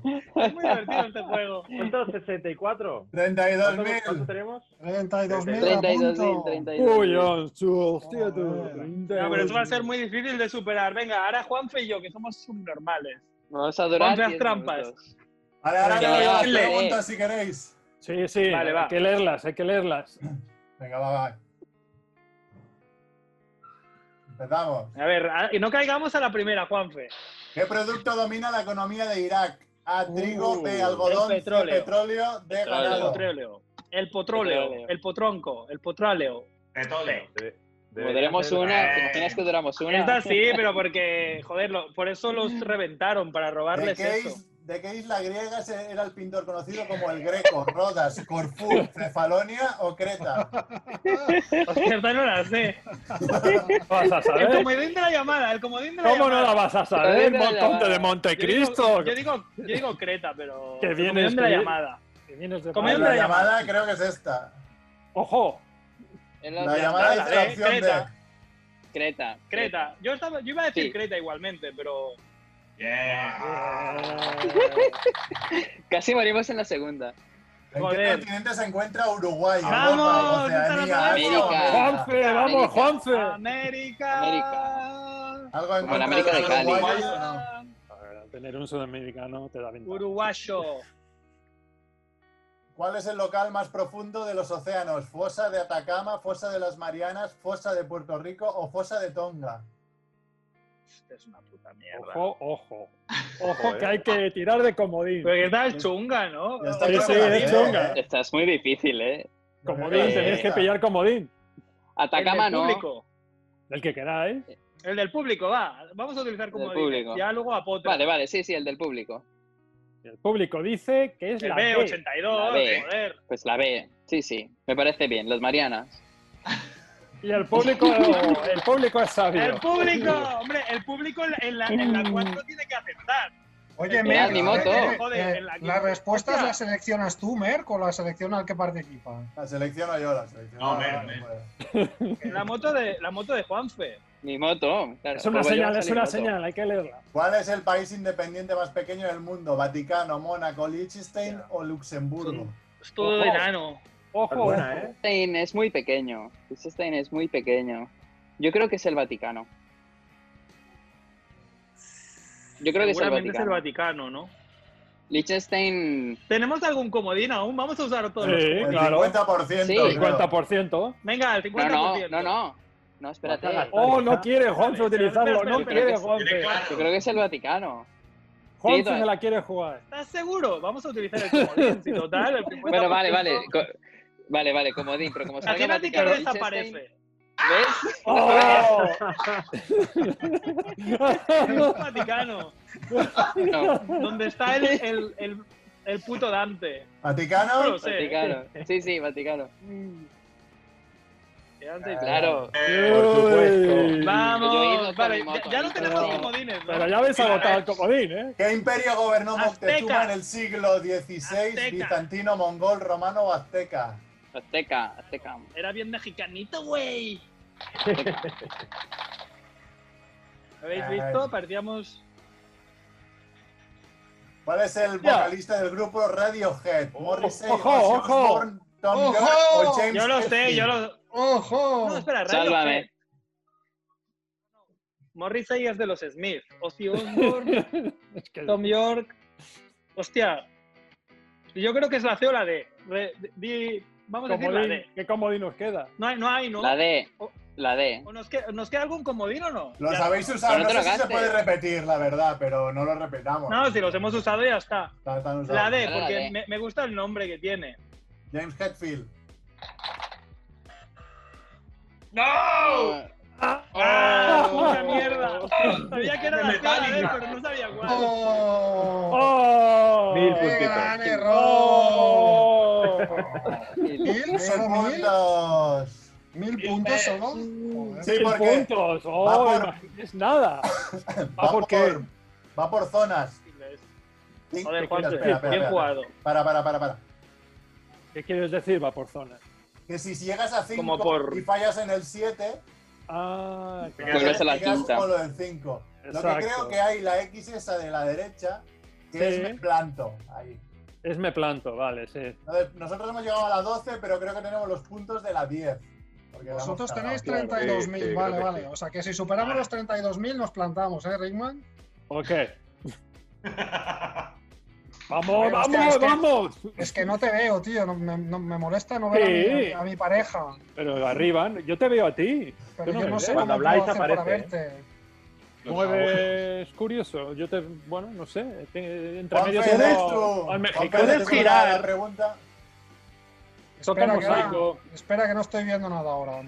Speaker 6: Es muy divertido este juego.
Speaker 9: ¿Cuántos? ¿64? ¿Cuántos, cuántos
Speaker 3: 32.000.
Speaker 9: tenemos?
Speaker 5: 32.000 a
Speaker 4: 32.000,
Speaker 5: punto.
Speaker 4: 32.000.
Speaker 8: ¡Uy, Ansu! ¡Hostia, tú!
Speaker 6: No, pero eso va a ser muy difícil de superar. Venga, ahora Juanfe y yo, que somos subnormales.
Speaker 4: Vamos a durar.
Speaker 6: Ponte las
Speaker 4: 10
Speaker 6: trampas.
Speaker 4: minutos.
Speaker 3: Vale, ahora
Speaker 6: Venga,
Speaker 3: leo
Speaker 6: va,
Speaker 3: las
Speaker 6: dale.
Speaker 3: preguntas si queréis.
Speaker 8: Sí, sí,
Speaker 6: Vale,
Speaker 8: hay
Speaker 6: va.
Speaker 8: que leerlas, hay que
Speaker 3: [laughs]
Speaker 8: leerlas.
Speaker 3: Venga, va, va. Empezamos.
Speaker 6: A ver, a- y no caigamos a la primera, Juanfe.
Speaker 3: ¿Qué producto domina la economía de Irak? A, trigo, B, algodón,
Speaker 6: Uh, el
Speaker 3: C, petróleo,
Speaker 6: petróleo.
Speaker 3: D,
Speaker 6: El
Speaker 3: ganado.
Speaker 6: petróleo. El petróleo.
Speaker 4: Petróleo.
Speaker 6: El potronco. El petróleo.
Speaker 7: Petróleo.
Speaker 9: De- debería
Speaker 4: Duraremos
Speaker 9: ser-
Speaker 4: una.
Speaker 8: Ah.
Speaker 7: Eh.
Speaker 4: ¿Te imaginas que duramos una?
Speaker 6: Esta sí, pero porque, joder, lo- por eso los reventaron, para
Speaker 3: ¿De
Speaker 6: robarles
Speaker 3: qué,
Speaker 6: eso. [laughs]
Speaker 3: is- de qué isla griega se- era el pintor conocido como el Greco, Rodas, Corfú, Cefalonia o Creta?
Speaker 6: Esta no la sé.
Speaker 8: ¿No vas a
Speaker 6: El
Speaker 8: saber?
Speaker 6: comodín de la llamada, el comodín de la
Speaker 8: ¿Cómo no
Speaker 6: llamada.
Speaker 8: la vas a
Speaker 4: Pero
Speaker 8: saber,
Speaker 4: dime la
Speaker 8: Monconte de
Speaker 4: llamada.
Speaker 8: Montecristo?
Speaker 6: Yo digo, yo digo, yo digo Creta, pero.
Speaker 8: Que
Speaker 6: el
Speaker 8: viene
Speaker 6: comodín de la
Speaker 8: este-
Speaker 6: llamada.
Speaker 8: Que vienes de
Speaker 6: Comedor
Speaker 8: Madrid.
Speaker 3: La llamada creo que es esta.
Speaker 8: ¡Ojo!
Speaker 4: Es la
Speaker 3: La
Speaker 4: otra. ¿eh?
Speaker 3: llamada
Speaker 6: la
Speaker 3: dice
Speaker 6: de
Speaker 3: la opción D.
Speaker 6: Creta.
Speaker 4: Creta.
Speaker 6: Creta. Yo, estaba, yo iba a decir
Speaker 4: Sí.
Speaker 6: Creta igualmente, pero.
Speaker 7: Yeah.
Speaker 4: Casi morimos en la segunda.
Speaker 3: ¿En qué
Speaker 6: Joder.
Speaker 3: continente se encuentra Uruguay?
Speaker 6: ¡Vamos!
Speaker 3: Europa, Oceanía,
Speaker 6: ¡Esta la
Speaker 3: Asia o
Speaker 4: sabemos!
Speaker 3: América.
Speaker 8: ¡Juanfe, vamos,
Speaker 4: América.
Speaker 8: Juanfe!
Speaker 6: América.
Speaker 4: América.
Speaker 3: ¿Algo en
Speaker 4: Como en
Speaker 3: contra
Speaker 4: América
Speaker 3: de
Speaker 4: de
Speaker 3: los
Speaker 4: Cali.
Speaker 3: uruguayos o no?
Speaker 8: A ver, Tener un sudamericano te da ventaja.
Speaker 6: Uruguayo.
Speaker 3: ¿Cuál es el local más profundo de los océanos? ¿Fosa de Atacama, Fosa de las Marianas, Fosa de Puerto Rico o Fosa de Tonga?
Speaker 6: Es una puta mierda.
Speaker 8: Ojo, ojo.
Speaker 9: Ojo,
Speaker 8: Ojo, que
Speaker 9: eh.
Speaker 8: hay que tirar de comodín.
Speaker 6: Pero que tal chunga, ¿no?
Speaker 3: Está
Speaker 8: Oye,
Speaker 3: claro
Speaker 8: sí,
Speaker 3: que la
Speaker 8: es
Speaker 3: tiene,
Speaker 8: chunga.
Speaker 3: ¿eh?
Speaker 4: Esta es muy difícil, ¿eh?
Speaker 8: Comodín,
Speaker 4: Eh.
Speaker 8: tenéis que pillar comodín.
Speaker 4: Atacama
Speaker 6: el del
Speaker 4: no.
Speaker 6: público.
Speaker 8: El que queráis.
Speaker 6: El del público, va. Vamos a utilizar como
Speaker 4: del
Speaker 6: digo.
Speaker 4: público.
Speaker 6: Ya luego a Potter.
Speaker 4: Vale, vale, sí, sí, el del público.
Speaker 8: El público dice que es
Speaker 6: El
Speaker 8: la
Speaker 6: B,
Speaker 8: B.
Speaker 6: 82,
Speaker 4: La B.
Speaker 6: joder.
Speaker 4: Pues la B. Sí, sí. Me parece bien. Los Marianas.
Speaker 8: Y
Speaker 6: [laughs]
Speaker 8: el público, el público es
Speaker 6: El
Speaker 8: sabio.
Speaker 6: público, hombre, el público en la, en
Speaker 8: [laughs]
Speaker 6: la 4 tiene que aceptar.
Speaker 5: Oye,
Speaker 6: Ni
Speaker 5: Merck,
Speaker 4: moto.
Speaker 5: eh,
Speaker 6: Joder,
Speaker 5: eh,
Speaker 6: en la-
Speaker 5: ¿las respuestas
Speaker 6: Hostia.
Speaker 5: las seleccionas tú, Merck, o las selecciona el que participa?
Speaker 3: La selecciono yo, la selecciono.
Speaker 7: No,
Speaker 3: Ah,
Speaker 7: men,
Speaker 3: vale,
Speaker 7: men.
Speaker 3: pues.
Speaker 6: La moto de, la moto de Juanfe.
Speaker 4: Mi moto. claro,
Speaker 8: Es una
Speaker 4: pues voy a
Speaker 8: señal, es
Speaker 4: salir
Speaker 8: una
Speaker 4: moto.
Speaker 8: señal, hay que leerla.
Speaker 3: ¿Cuál es el país independiente más pequeño del mundo? ¿Vaticano, Mónaco, Liechtenstein o Luxemburgo?
Speaker 6: Es todo
Speaker 8: Ojo.
Speaker 6: enano.
Speaker 8: Ojo,
Speaker 9: Es buena, ¿eh?
Speaker 4: Liechtenstein es muy pequeño. Liechtenstein es muy pequeño. Yo creo que es el Vaticano. Yo creo que es el
Speaker 6: Seguramente es el
Speaker 4: Vaticano.
Speaker 6: Vaticano, ¿no?
Speaker 4: Liechtenstein.
Speaker 6: ¿Tenemos algún comodín aún? Vamos a usar todos.
Speaker 8: Sí,
Speaker 3: El
Speaker 8: claro.
Speaker 3: 50%.
Speaker 4: Sí.
Speaker 3: creo.
Speaker 8: 50%.
Speaker 6: Venga, el
Speaker 4: No,
Speaker 6: 50%.
Speaker 4: no, no, no. No, espérate.
Speaker 9: Baja la-
Speaker 8: Oh, no quiere Juanfe
Speaker 6: Espera, espera,
Speaker 8: utilizarlo,
Speaker 6: espera,
Speaker 8: no
Speaker 6: espera,
Speaker 8: quiere
Speaker 4: que sí.
Speaker 7: Tiene
Speaker 8: Juanfe.
Speaker 7: claro.
Speaker 4: Yo creo que es el Vaticano. Sí,
Speaker 8: Juanfe
Speaker 4: todavía.
Speaker 8: se la quiere jugar.
Speaker 6: ¿Estás seguro? Vamos a utilizar el comodín. Si total, el 50%.
Speaker 4: Bueno, vale, vale. Co- Vale, vale, comodín, pero como
Speaker 6: A
Speaker 4: salga
Speaker 6: ti
Speaker 4: el
Speaker 6: nadie que
Speaker 4: Vaticano,
Speaker 6: desaparece.
Speaker 4: ¿Ves?
Speaker 6: ¡Oh! el Vaticano.
Speaker 4: No,
Speaker 6: Donde está el, el, el, el puto Dante. No
Speaker 3: Vaticano.
Speaker 6: lo sé.
Speaker 4: Vaticano. Sí, sí, Vaticano.
Speaker 6: El Dante y-
Speaker 4: Claro.
Speaker 9: Por supuesto.
Speaker 4: Yo he ido con
Speaker 6: Vamos. Vale,
Speaker 4: mi moto,
Speaker 6: ya, ya no
Speaker 4: ¿viste?
Speaker 6: tenemos
Speaker 4: Pero-
Speaker 6: comodines, ¿no?
Speaker 8: Pero ya habéis agotado el comodín, ¿eh?
Speaker 3: ¿Qué imperio gobernó Moctezuma
Speaker 6: Azteca.
Speaker 3: en el siglo XVI?
Speaker 6: Azteca.
Speaker 3: Bizantino, mongol, romano o
Speaker 8: [laughs]
Speaker 3: azteca.
Speaker 4: Ah, Azteca, Azteca.
Speaker 6: Era bien mexicanito, güey. ¿Habéis
Speaker 3: Ay.
Speaker 6: visto? Partíamos.
Speaker 3: ¿Cuál es el
Speaker 8: Ya.
Speaker 3: vocalista del grupo Radiohead? Morrissey,
Speaker 8: ojo,
Speaker 3: Ozzy
Speaker 8: ojo.
Speaker 3: Osbourne, Tom
Speaker 5: Ojo.
Speaker 3: York o James
Speaker 6: Yo lo sé,
Speaker 3: Hetfield?
Speaker 6: yo lo.
Speaker 5: ¡Ojo!
Speaker 6: No, espera, Radio
Speaker 4: Sálvame.
Speaker 6: Head. Morrissey es de los Smith. Ozzy
Speaker 3: [laughs]
Speaker 6: Osbourne,
Speaker 8: Es que-
Speaker 6: Tom York. Hostia. Yo creo que es la C o la D. Re- di- vamos a decir la
Speaker 8: comodín,
Speaker 6: D.
Speaker 8: ¿Qué comodín nos queda?
Speaker 6: No hay, no hay, ¿no?
Speaker 4: La D. La D.
Speaker 6: ¿O nos, queda, ¿Nos queda algún comodín o no?
Speaker 3: Los
Speaker 6: Ya-
Speaker 3: habéis usado,
Speaker 4: Pero no
Speaker 3: no
Speaker 4: te
Speaker 3: sé
Speaker 4: lo
Speaker 3: si se
Speaker 4: gastes.
Speaker 3: puede repetir, la verdad, pero no lo repetamos.
Speaker 6: No, si los hemos usado ya está.
Speaker 3: Está- están usados.
Speaker 6: La D,
Speaker 4: La
Speaker 6: porque
Speaker 4: D.
Speaker 6: me, me gusta el nombre que tiene.
Speaker 3: James Hetfield.
Speaker 7: ¡No!
Speaker 6: ¡Ah!
Speaker 7: Oh.
Speaker 6: ¡Puta mierda! Sabía que era la C o la D,
Speaker 7: Metallica.
Speaker 6: pero no sabía cuál.
Speaker 5: ¡Oh!
Speaker 8: ¡Oh!
Speaker 9: Mil
Speaker 5: ¡Qué
Speaker 9: puntitos.
Speaker 5: gran error!
Speaker 8: ¡Oh!
Speaker 5: ¿Mil?
Speaker 3: Mil
Speaker 5: ¿Solo mil?
Speaker 3: puntos.
Speaker 5: ¿Mil
Speaker 7: Mil
Speaker 5: puntos
Speaker 7: veces.
Speaker 5: solo?
Speaker 3: Sí,
Speaker 5: Joder.
Speaker 8: ¡Mil
Speaker 3: porque
Speaker 8: puntos! ¡Oh!
Speaker 3: va por-
Speaker 8: imagínate, Es nada. por
Speaker 3: Va por,
Speaker 8: qué?
Speaker 3: va por zonas.
Speaker 6: Joder,
Speaker 3: [laughs] Espera,
Speaker 6: Juanfe,
Speaker 3: espera, espera,
Speaker 6: bien
Speaker 3: espera.
Speaker 6: jugado.
Speaker 3: Para, para, para, para.
Speaker 8: ¿Qué quieres decir? Va por zonas.
Speaker 3: Que si llegas a 5
Speaker 6: Como por-
Speaker 3: y fallas en el 7,
Speaker 8: Ah,
Speaker 7: Te
Speaker 8: claro.
Speaker 4: Vuelves a la quinta.
Speaker 3: con lo del 5. Lo que
Speaker 8: Exacto.
Speaker 3: creo que hay, la X esa de la derecha, que
Speaker 8: Sí.
Speaker 3: es me planto. Ahí.
Speaker 8: es me planto, vale, sí.
Speaker 3: Entonces, nosotros hemos llegado a la 12, pero creo que tenemos los puntos de la 10. porque la hemos
Speaker 5: Vosotros
Speaker 3: cagado.
Speaker 5: tenéis
Speaker 9: claro.
Speaker 5: 32.000,
Speaker 9: Sí, sí, creo
Speaker 5: vale,
Speaker 9: que
Speaker 5: vale.
Speaker 9: sí.
Speaker 5: O sea que si superamos los 32.000 nos plantamos, ¿eh, Rickman? [laughs]
Speaker 8: Ok. ¡Vamos,
Speaker 5: Pero es que-
Speaker 8: Oh, vamos,
Speaker 5: es que-
Speaker 8: vamos!
Speaker 5: Es que no te veo, tío. no- me, no- me molesta no ver a
Speaker 8: Sí.
Speaker 5: mi- a, mi, pareja.
Speaker 8: Pero arriba, yo te veo a ti.
Speaker 5: Pero
Speaker 8: no
Speaker 5: yo
Speaker 8: me
Speaker 5: no
Speaker 8: ves.
Speaker 5: sé
Speaker 9: Cuando
Speaker 5: cómo
Speaker 9: habláis
Speaker 5: puedo hacer para
Speaker 9: aparece, ¿eh?
Speaker 5: verte.
Speaker 8: Mueves curioso. Yo te, bueno, no sé. te- entre
Speaker 3: Juanfe,
Speaker 8: medio
Speaker 3: eres
Speaker 8: tengo
Speaker 3: tú.
Speaker 8: al
Speaker 3: Juanfe,
Speaker 8: mexicano.
Speaker 3: ¿te suena La pregunta.
Speaker 8: Toca
Speaker 5: Espera que, ahora-
Speaker 8: mosaico.
Speaker 5: espera que no estoy viendo nada ahora.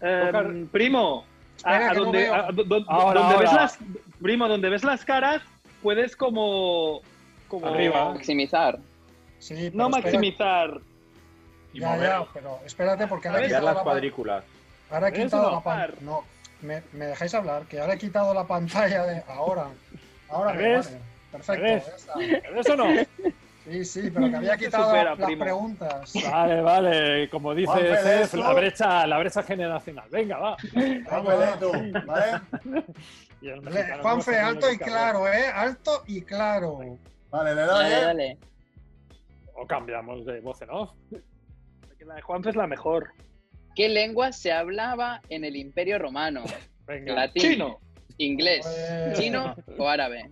Speaker 6: Eh,
Speaker 8: Tocar-
Speaker 6: primo, a-
Speaker 5: Espera,
Speaker 6: a
Speaker 5: que no
Speaker 6: donde,
Speaker 5: veo.
Speaker 6: a- do- do-
Speaker 8: Ahora,
Speaker 6: donde ves
Speaker 8: ahora.
Speaker 6: las primo, donde ves las caras, puedes como, como
Speaker 8: Arriba.
Speaker 4: Maximizar.
Speaker 5: Sí,
Speaker 6: no
Speaker 5: pero espera-
Speaker 6: maximizar.
Speaker 7: Y
Speaker 5: Ya,
Speaker 7: mover.
Speaker 5: ya, pero espérate porque ahora he
Speaker 6: ¿Sabes?
Speaker 9: Cambiar
Speaker 5: quitado
Speaker 9: las
Speaker 5: la, pan-
Speaker 9: cuadrículas.
Speaker 5: ahora he
Speaker 8: ¿Ves
Speaker 5: quitado
Speaker 8: o no?
Speaker 5: la pan-
Speaker 6: Par.
Speaker 5: No, me, me dejáis hablar, que ahora he quitado la pantalla de ahora. Ahora
Speaker 8: ¿Me
Speaker 5: me
Speaker 8: ves?
Speaker 5: vale. Perfecto,
Speaker 8: ¿Me ves?
Speaker 5: ya está.
Speaker 8: ¿Eso no?
Speaker 5: Sí, sí, pero que había
Speaker 6: Te
Speaker 5: quitado
Speaker 6: supera,
Speaker 5: las
Speaker 6: primo.
Speaker 5: preguntas.
Speaker 8: Vale, vale. Como
Speaker 3: Juanfe,
Speaker 8: dice
Speaker 3: ¿de
Speaker 8: Cef, la
Speaker 3: eso?
Speaker 8: brecha, la brecha generacional. Venga, va.
Speaker 3: Juanfe, lee tú, ¿vale?
Speaker 8: [laughs] Y el
Speaker 5: Le-
Speaker 8: mexicano,
Speaker 5: Juanfe,
Speaker 8: no sé,
Speaker 5: alto y
Speaker 8: cabrón.
Speaker 5: claro, ¿eh? Alto y claro.
Speaker 3: Vale, le doy,
Speaker 4: Dale,
Speaker 3: ¿eh?
Speaker 4: dale.
Speaker 8: O cambiamos de voz en off.
Speaker 6: La de Juanfe es la mejor.
Speaker 4: ¿Qué lengua se hablaba en el Imperio Romano?
Speaker 8: Venga.
Speaker 4: Latín,
Speaker 6: Chino.
Speaker 4: inglés,
Speaker 5: Joder.
Speaker 4: chino o árabe.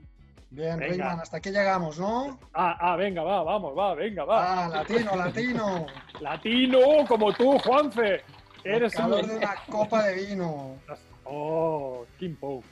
Speaker 5: Bien,
Speaker 8: Venga.
Speaker 5: Rickman, hasta aquí llegamos, ¿no?
Speaker 8: Ah, ah, venga, va, vamos, va, venga, va.
Speaker 5: Ah, latino, latino.
Speaker 8: [laughs] Latino, como tú, Juanfe.
Speaker 5: El
Speaker 8: Eres
Speaker 5: calor de
Speaker 8: un.
Speaker 5: una copa de vino.
Speaker 8: [laughs] Oh, Kim Pou.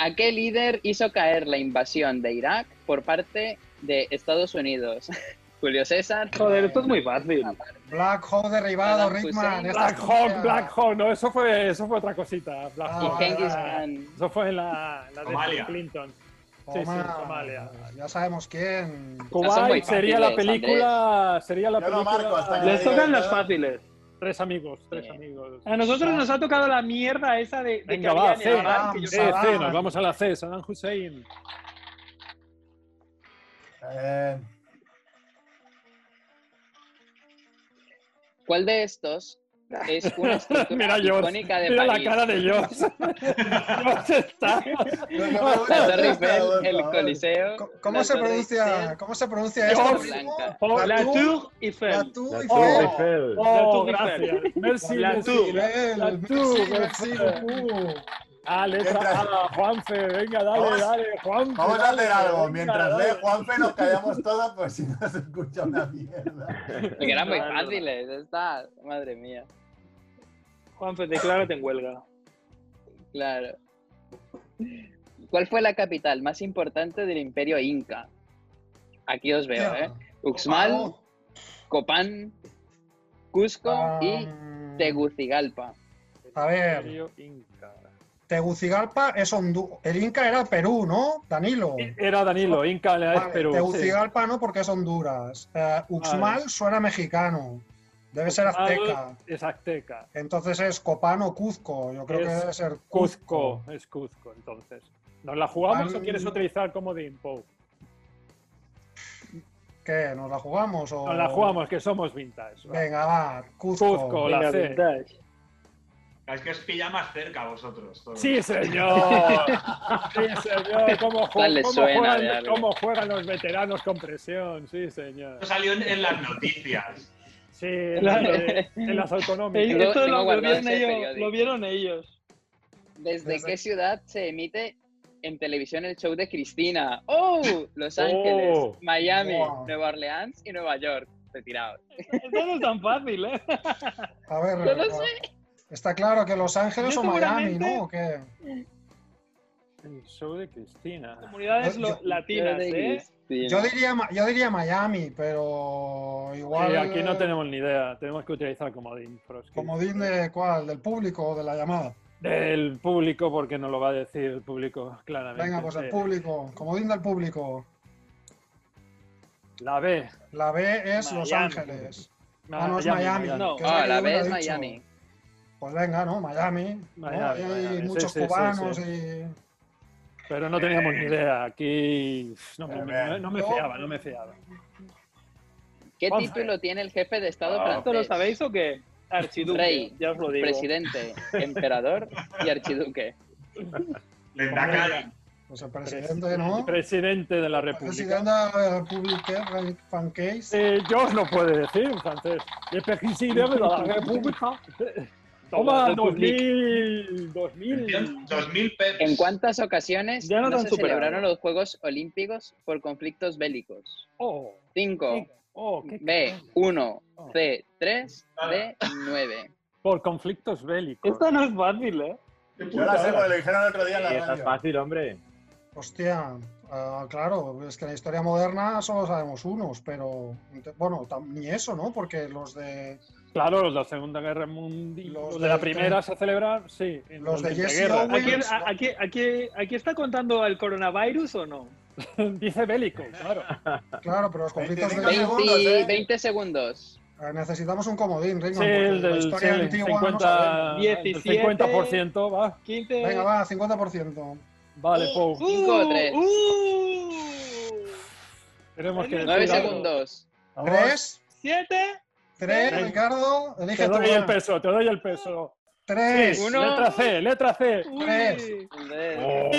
Speaker 4: ¿A qué líder hizo caer la invasión de Irak por parte de Estados Unidos? [laughs] Julio César.
Speaker 6: Joder, esto es muy fácil.
Speaker 5: Black Hawk derribado,
Speaker 4: Adam
Speaker 5: Rickman.
Speaker 4: Hussein.
Speaker 5: esta
Speaker 8: Black
Speaker 5: es tu idea.
Speaker 8: Hawk, Black Hawk, no, eso fue, eso fue otra cosita. Black
Speaker 5: Ah,
Speaker 4: Y
Speaker 8: Hawk.
Speaker 5: vale,
Speaker 4: Genghis
Speaker 5: vale.
Speaker 4: Khan.
Speaker 8: Eso fue en la, en la de
Speaker 7: Somalia.
Speaker 8: Clinton. Sí, sí,
Speaker 5: Toma,
Speaker 8: Somalia.
Speaker 5: Ya sabemos quién.
Speaker 4: son muy
Speaker 8: Kuwait sería la
Speaker 4: fáciles,
Speaker 8: película. Sería la
Speaker 3: Yo no
Speaker 8: película.
Speaker 3: marco hasta que
Speaker 6: Les
Speaker 3: no diga
Speaker 6: tocan
Speaker 3: nada.
Speaker 6: las fáciles.
Speaker 8: Ah, Tres amigos, tres
Speaker 4: Sí.
Speaker 8: amigos.
Speaker 6: A nosotros nos ha tocado la mierda esa de, de
Speaker 8: Venga,
Speaker 6: que
Speaker 8: va,
Speaker 6: había en el bar, que yo
Speaker 8: C,
Speaker 5: sé.
Speaker 8: C,
Speaker 5: Ah.
Speaker 8: C, nos vamos a la C, Saddam Hussein.
Speaker 3: Eh,
Speaker 4: ¿Cuál de estos es una
Speaker 6: [laughs]
Speaker 4: estructura
Speaker 8: Mira yo,
Speaker 4: icónica de
Speaker 8: mira la
Speaker 4: París?
Speaker 8: cara de Josh. [laughs] Josh está.
Speaker 3: no, yo me voy
Speaker 4: La
Speaker 3: a-
Speaker 4: Torre Eiffel,
Speaker 3: por
Speaker 4: el
Speaker 3: favor.
Speaker 4: Coliseo.
Speaker 5: Co-
Speaker 4: la
Speaker 5: ¿Cómo se
Speaker 4: Torre
Speaker 5: pronuncia,
Speaker 4: Eiffel,
Speaker 5: ¿cómo se pronuncia
Speaker 8: Dios.
Speaker 5: esto? primo?
Speaker 4: Blanca.
Speaker 8: Oh,
Speaker 6: La Tour
Speaker 5: La
Speaker 6: Eiffel.
Speaker 5: tú
Speaker 9: La
Speaker 5: y
Speaker 9: Torre
Speaker 5: Fred.
Speaker 9: Eiffel.
Speaker 8: Oh,
Speaker 6: La Tour
Speaker 8: gracias. Merci,
Speaker 6: La
Speaker 8: merci.
Speaker 6: Tour.
Speaker 5: Fidel,
Speaker 8: La
Speaker 5: merci,
Speaker 8: Tour,
Speaker 5: merci
Speaker 8: Fidel.
Speaker 5: beaucoup.
Speaker 8: Ah, letra
Speaker 3: Mientras-
Speaker 8: A, Juanfe, venga, dale,
Speaker 3: Vamos-
Speaker 8: dale, Juanfe.
Speaker 3: Vamos a
Speaker 8: dale,
Speaker 3: hacer algo.
Speaker 8: venga,
Speaker 3: Mientras
Speaker 8: dale.
Speaker 3: lee Juanfe, nos callamos todos, pues si no se escucha una mierda.
Speaker 4: [laughs] Porque eran muy
Speaker 6: Claro.
Speaker 4: fáciles. Está, madre mía.
Speaker 6: Juanfe, declárate en huelga.
Speaker 4: Claro. ¿Cuál fue la capital más importante del imperio inca? Aquí os veo, ¿eh?
Speaker 3: Ah, oh.
Speaker 4: Uxmal, Copán, Cusco y
Speaker 5: Um,
Speaker 3: Ah.
Speaker 4: Tegucigalpa.
Speaker 5: A ver,
Speaker 8: Imperio Inca.
Speaker 5: Tegucigalpa es Honduras. El Inca era Perú, ¿no? Danilo.
Speaker 8: Era Danilo, Inca le
Speaker 5: Vale,
Speaker 8: es Perú.
Speaker 5: Tegucigalpa no, porque es Honduras. Eh, Uxmal
Speaker 8: Vale.
Speaker 5: suena mexicano. Debe ser
Speaker 8: Uxmal
Speaker 5: azteca.
Speaker 8: sí. Es azteca.
Speaker 5: Entonces es Copán o Cuzco. Yo creo
Speaker 8: Es
Speaker 5: que debe ser Cuzco.
Speaker 8: Cuzco, es Cuzco, entonces. ¿Nos la jugamos
Speaker 5: Al-
Speaker 8: o quieres utilizar como de impo?
Speaker 5: ¿Qué? ¿Nos la jugamos? O...
Speaker 8: Nos la jugamos, que somos vintage. va.
Speaker 5: Venga, va. Cuzco.
Speaker 8: Cuzco, la
Speaker 6: Venga,
Speaker 8: C.
Speaker 6: vintage.
Speaker 7: Es que os pilla más cerca a vosotros. todos.
Speaker 8: Sí,
Speaker 7: [laughs]
Speaker 8: señor. Sí, señor. ¿Cómo, jue-
Speaker 4: Tal le
Speaker 8: cómo
Speaker 4: suena de
Speaker 8: juegan,
Speaker 4: algo.
Speaker 8: cómo juegan los veteranos con presión? Sí, señor.
Speaker 7: Esto salió en, en las noticias.
Speaker 8: Sí, en las de- en las
Speaker 6: Ey,
Speaker 4: Tengo-
Speaker 8: autonómicas.
Speaker 6: Eh, [laughs] Esto lo,
Speaker 4: tengo
Speaker 6: lo
Speaker 4: guardado
Speaker 6: vieron
Speaker 4: ese
Speaker 6: ellos,
Speaker 4: periódico.
Speaker 6: lo vieron ellos.
Speaker 4: ¿Desde
Speaker 5: Desde-
Speaker 4: qué ciudad se emite en televisión el show de Cristina? ¡Oh! Los
Speaker 9: Oh.
Speaker 4: Ángeles, Miami,
Speaker 5: Wow.
Speaker 4: Nueva Orleans y Nueva York. Retirado.
Speaker 6: Esto no es tan fácil, ¿eh?
Speaker 5: A ver.
Speaker 4: Yo no
Speaker 5: eh, Está claro que Los Ángeles
Speaker 6: Yo
Speaker 5: o Miami,
Speaker 6: seguramente-
Speaker 5: ¿no? ¿O qué?
Speaker 8: El show de Cristina.
Speaker 6: Comunidades
Speaker 5: Yo-
Speaker 6: lo-
Speaker 5: yo-
Speaker 6: latinas,
Speaker 4: Yo de
Speaker 6: ¿eh?
Speaker 4: Cristina.
Speaker 5: Yo diría, Ma- yo diría Miami, pero igual.
Speaker 8: Sí, aquí no tenemos ni idea. Tenemos que utilizar comodín. pero es que-
Speaker 5: Comodín de cuál? ¿Del público o de la llamada?
Speaker 8: Del público, porque nos lo va a decir el público claramente.
Speaker 5: Venga, pues
Speaker 8: Sí.
Speaker 5: el público. Comodín del público.
Speaker 8: La B.
Speaker 5: La B es Los
Speaker 6: Miami.
Speaker 5: Ángeles. Ah, no, es Miami.
Speaker 6: No.
Speaker 5: que es
Speaker 4: Ah,
Speaker 5: que
Speaker 4: la
Speaker 5: yo hubiera
Speaker 4: B es
Speaker 5: dicho.
Speaker 4: Miami.
Speaker 5: Pues venga, ¿no? Miami. ¿no?
Speaker 8: Miami,
Speaker 5: Ahí Hay
Speaker 8: Miami, sí,
Speaker 5: muchos
Speaker 8: sí, sí,
Speaker 5: cubanos
Speaker 8: sí.
Speaker 5: y.
Speaker 8: Pero no teníamos ni idea. Aquí no me, no- no me
Speaker 5: No.
Speaker 8: fiaba, no me fiaba.
Speaker 4: ¿Qué
Speaker 8: Vamos a
Speaker 4: título tiene el jefe de Estado
Speaker 9: Ah.
Speaker 6: ¿Esto lo
Speaker 4: francés?
Speaker 6: sabéis o qué? Archiduque,
Speaker 4: Rey,
Speaker 6: ya os lo digo.
Speaker 4: Presidente,
Speaker 6: [laughs]
Speaker 4: emperador y archiduque.
Speaker 7: Lendakari.
Speaker 5: Pues el presidente, ¿no?
Speaker 8: Presidente de la República.
Speaker 5: Presidente de la República, Frank- Frank Case.
Speaker 8: Eh, George no puede decir en francés. El presidente de la República. Toma,
Speaker 6: La República.
Speaker 8: 2000. 2000.
Speaker 7: 2000 peps.
Speaker 4: ¿En cuántas ocasiones
Speaker 6: Ya
Speaker 4: no,
Speaker 6: nos han
Speaker 4: se
Speaker 6: superado.
Speaker 4: celebraron los Juegos Olímpicos por conflictos bélicos?
Speaker 8: Oh,
Speaker 4: 5,
Speaker 8: qué- oh, qué
Speaker 4: B,
Speaker 8: cabrón.
Speaker 4: 1,
Speaker 8: Oh.
Speaker 4: C, 3,
Speaker 7: Ah.
Speaker 4: D, 9.
Speaker 8: Por conflictos bélicos.
Speaker 6: Esto no es fácil, ¿eh?
Speaker 3: Yo la sé porque lo dijeron el otro día en
Speaker 9: Sí,
Speaker 3: la
Speaker 9: esa es
Speaker 3: radio.
Speaker 9: fácil, hombre.
Speaker 5: Hostia, ah, claro, es que en la historia moderna solo sabemos unos, pero ent- bueno, tam- ni eso, ¿no? Porque los de
Speaker 8: Claro, los de la Segunda Guerra Mundial.
Speaker 5: Los
Speaker 8: Los de la
Speaker 5: del-
Speaker 8: Primera se celebran, sí. en
Speaker 5: Los de Jesse
Speaker 8: entreguerras.
Speaker 6: ¿Aquí,
Speaker 5: Owens.
Speaker 6: a- aquí, aquí, aquí está contando el coronavirus o no?
Speaker 8: [laughs] Dice bélico, claro.
Speaker 5: Claro, pero los conflictos
Speaker 3: 25
Speaker 5: de...
Speaker 3: segundos. eh.
Speaker 4: 20 segundos.
Speaker 5: Eh, Necesitamos un comodín, Ringo.
Speaker 8: Sí, el
Speaker 5: la
Speaker 8: del sí,
Speaker 5: historia
Speaker 8: el
Speaker 5: antigua no sabemos.
Speaker 8: 50, el
Speaker 6: 17.
Speaker 8: 50% va.
Speaker 6: 15.
Speaker 5: Venga, va, 50%.
Speaker 8: Vale,
Speaker 4: Uh,
Speaker 8: Pou. Uh,
Speaker 4: Cinco o tres.
Speaker 6: uh,
Speaker 8: Tenemos que
Speaker 6: Nueve
Speaker 4: 9
Speaker 8: decir algo.
Speaker 4: segundos.
Speaker 3: Vamos.
Speaker 5: Tres,
Speaker 6: siete.
Speaker 5: tres,
Speaker 8: Venga.
Speaker 5: Ricardo, elige
Speaker 8: Te
Speaker 5: tú.
Speaker 8: doy el
Speaker 5: va.
Speaker 8: peso, te doy el peso.
Speaker 5: Tres,
Speaker 8: Sí,
Speaker 4: Uno.
Speaker 8: Letra C, letra C.
Speaker 6: Uy.
Speaker 5: Tres.
Speaker 4: D.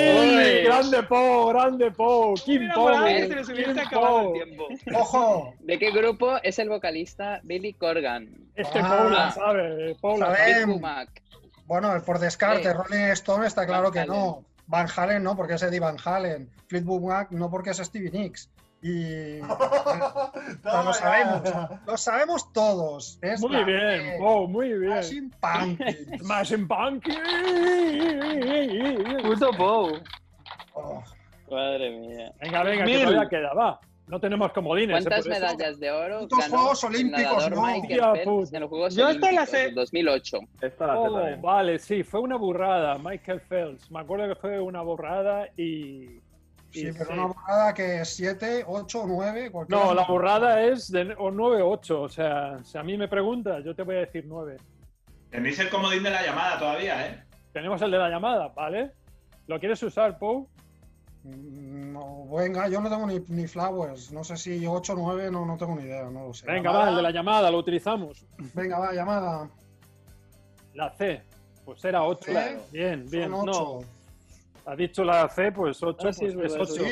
Speaker 8: Sí, grande Pou, grande Pou. Kim
Speaker 6: Mira,
Speaker 8: Pou.
Speaker 6: por ahí se les hubiese
Speaker 8: Kim
Speaker 6: acabado
Speaker 8: Pou.
Speaker 6: el tiempo.
Speaker 5: ojo,
Speaker 4: ¿De qué grupo es el vocalista Billy Corgan?
Speaker 8: Este
Speaker 5: Ah.
Speaker 8: Pou la sabe. eh, Pou la
Speaker 5: Sabe.
Speaker 8: sabe.
Speaker 4: Big
Speaker 5: Em.
Speaker 4: Kumak.
Speaker 5: bueno, por descarte,
Speaker 4: Sí.
Speaker 5: Rolling Stone está claro
Speaker 4: Van
Speaker 5: que no. Van Halen no, porque es Eddie Van Halen. Fleetwood Mac no, porque es Stevie Nicks.
Speaker 3: [laughs]
Speaker 5: Y pues
Speaker 3: Toma
Speaker 5: lo
Speaker 3: ya.
Speaker 5: sabemos. lo sabemos todos. Es
Speaker 8: Muy
Speaker 5: la
Speaker 8: bien,
Speaker 5: B.
Speaker 8: Pou, muy bien.
Speaker 5: Smashing
Speaker 8: [laughs]
Speaker 5: Pumpkins.
Speaker 8: Smashing Pumpkins.
Speaker 6: Puto Pou.
Speaker 5: Oh,
Speaker 4: Madre mía.
Speaker 8: Venga, venga, que
Speaker 6: Mil.
Speaker 8: todavía queda, va. No tenemos comodines. eh,
Speaker 4: ¿Cuántas
Speaker 8: por eso.
Speaker 4: medallas de oro
Speaker 5: Putos
Speaker 4: ganó
Speaker 5: Juegos
Speaker 4: el
Speaker 5: Olímpicos,
Speaker 4: nadador
Speaker 5: no.
Speaker 4: Michael
Speaker 8: Hostia
Speaker 4: Phelps
Speaker 8: puta.
Speaker 4: en los Juegos
Speaker 6: Yo esta la
Speaker 4: Olímpicos
Speaker 6: sé.
Speaker 4: del 2008?
Speaker 9: Esta la sé
Speaker 8: Oh,
Speaker 9: también.
Speaker 8: vale, sí, fue una burrada, Michael Phelps. Me acuerdo que fue una borrada y.
Speaker 5: sí,
Speaker 8: y
Speaker 5: pero
Speaker 8: sí.
Speaker 5: una borrada que es 7, 8, 9, cualquiera.
Speaker 8: No, la borrada es de o 9 o 8. O sea, si a mí me preguntas, yo te voy a decir 9.
Speaker 7: Tenéis el comodín de la llamada todavía, ¿eh?
Speaker 8: Tenemos el de la llamada, ¿vale? ¿Lo quieres usar, Pou?
Speaker 5: Mm, No, venga, yo no tengo ni, ni flowers. No sé si 8, 9, no, no tengo ni idea, no lo sé.
Speaker 8: Venga, va, el de la llamada, lo utilizamos.
Speaker 5: Venga, va, llamada.
Speaker 8: La C. Pues era 8.
Speaker 5: Claro.
Speaker 8: Bien, bien.
Speaker 5: Son
Speaker 8: No,
Speaker 5: 8.
Speaker 8: ha dicho la C, pues 8.
Speaker 6: Ah, sí, es
Speaker 8: es
Speaker 6: verdad,
Speaker 8: 8.
Speaker 5: Sí,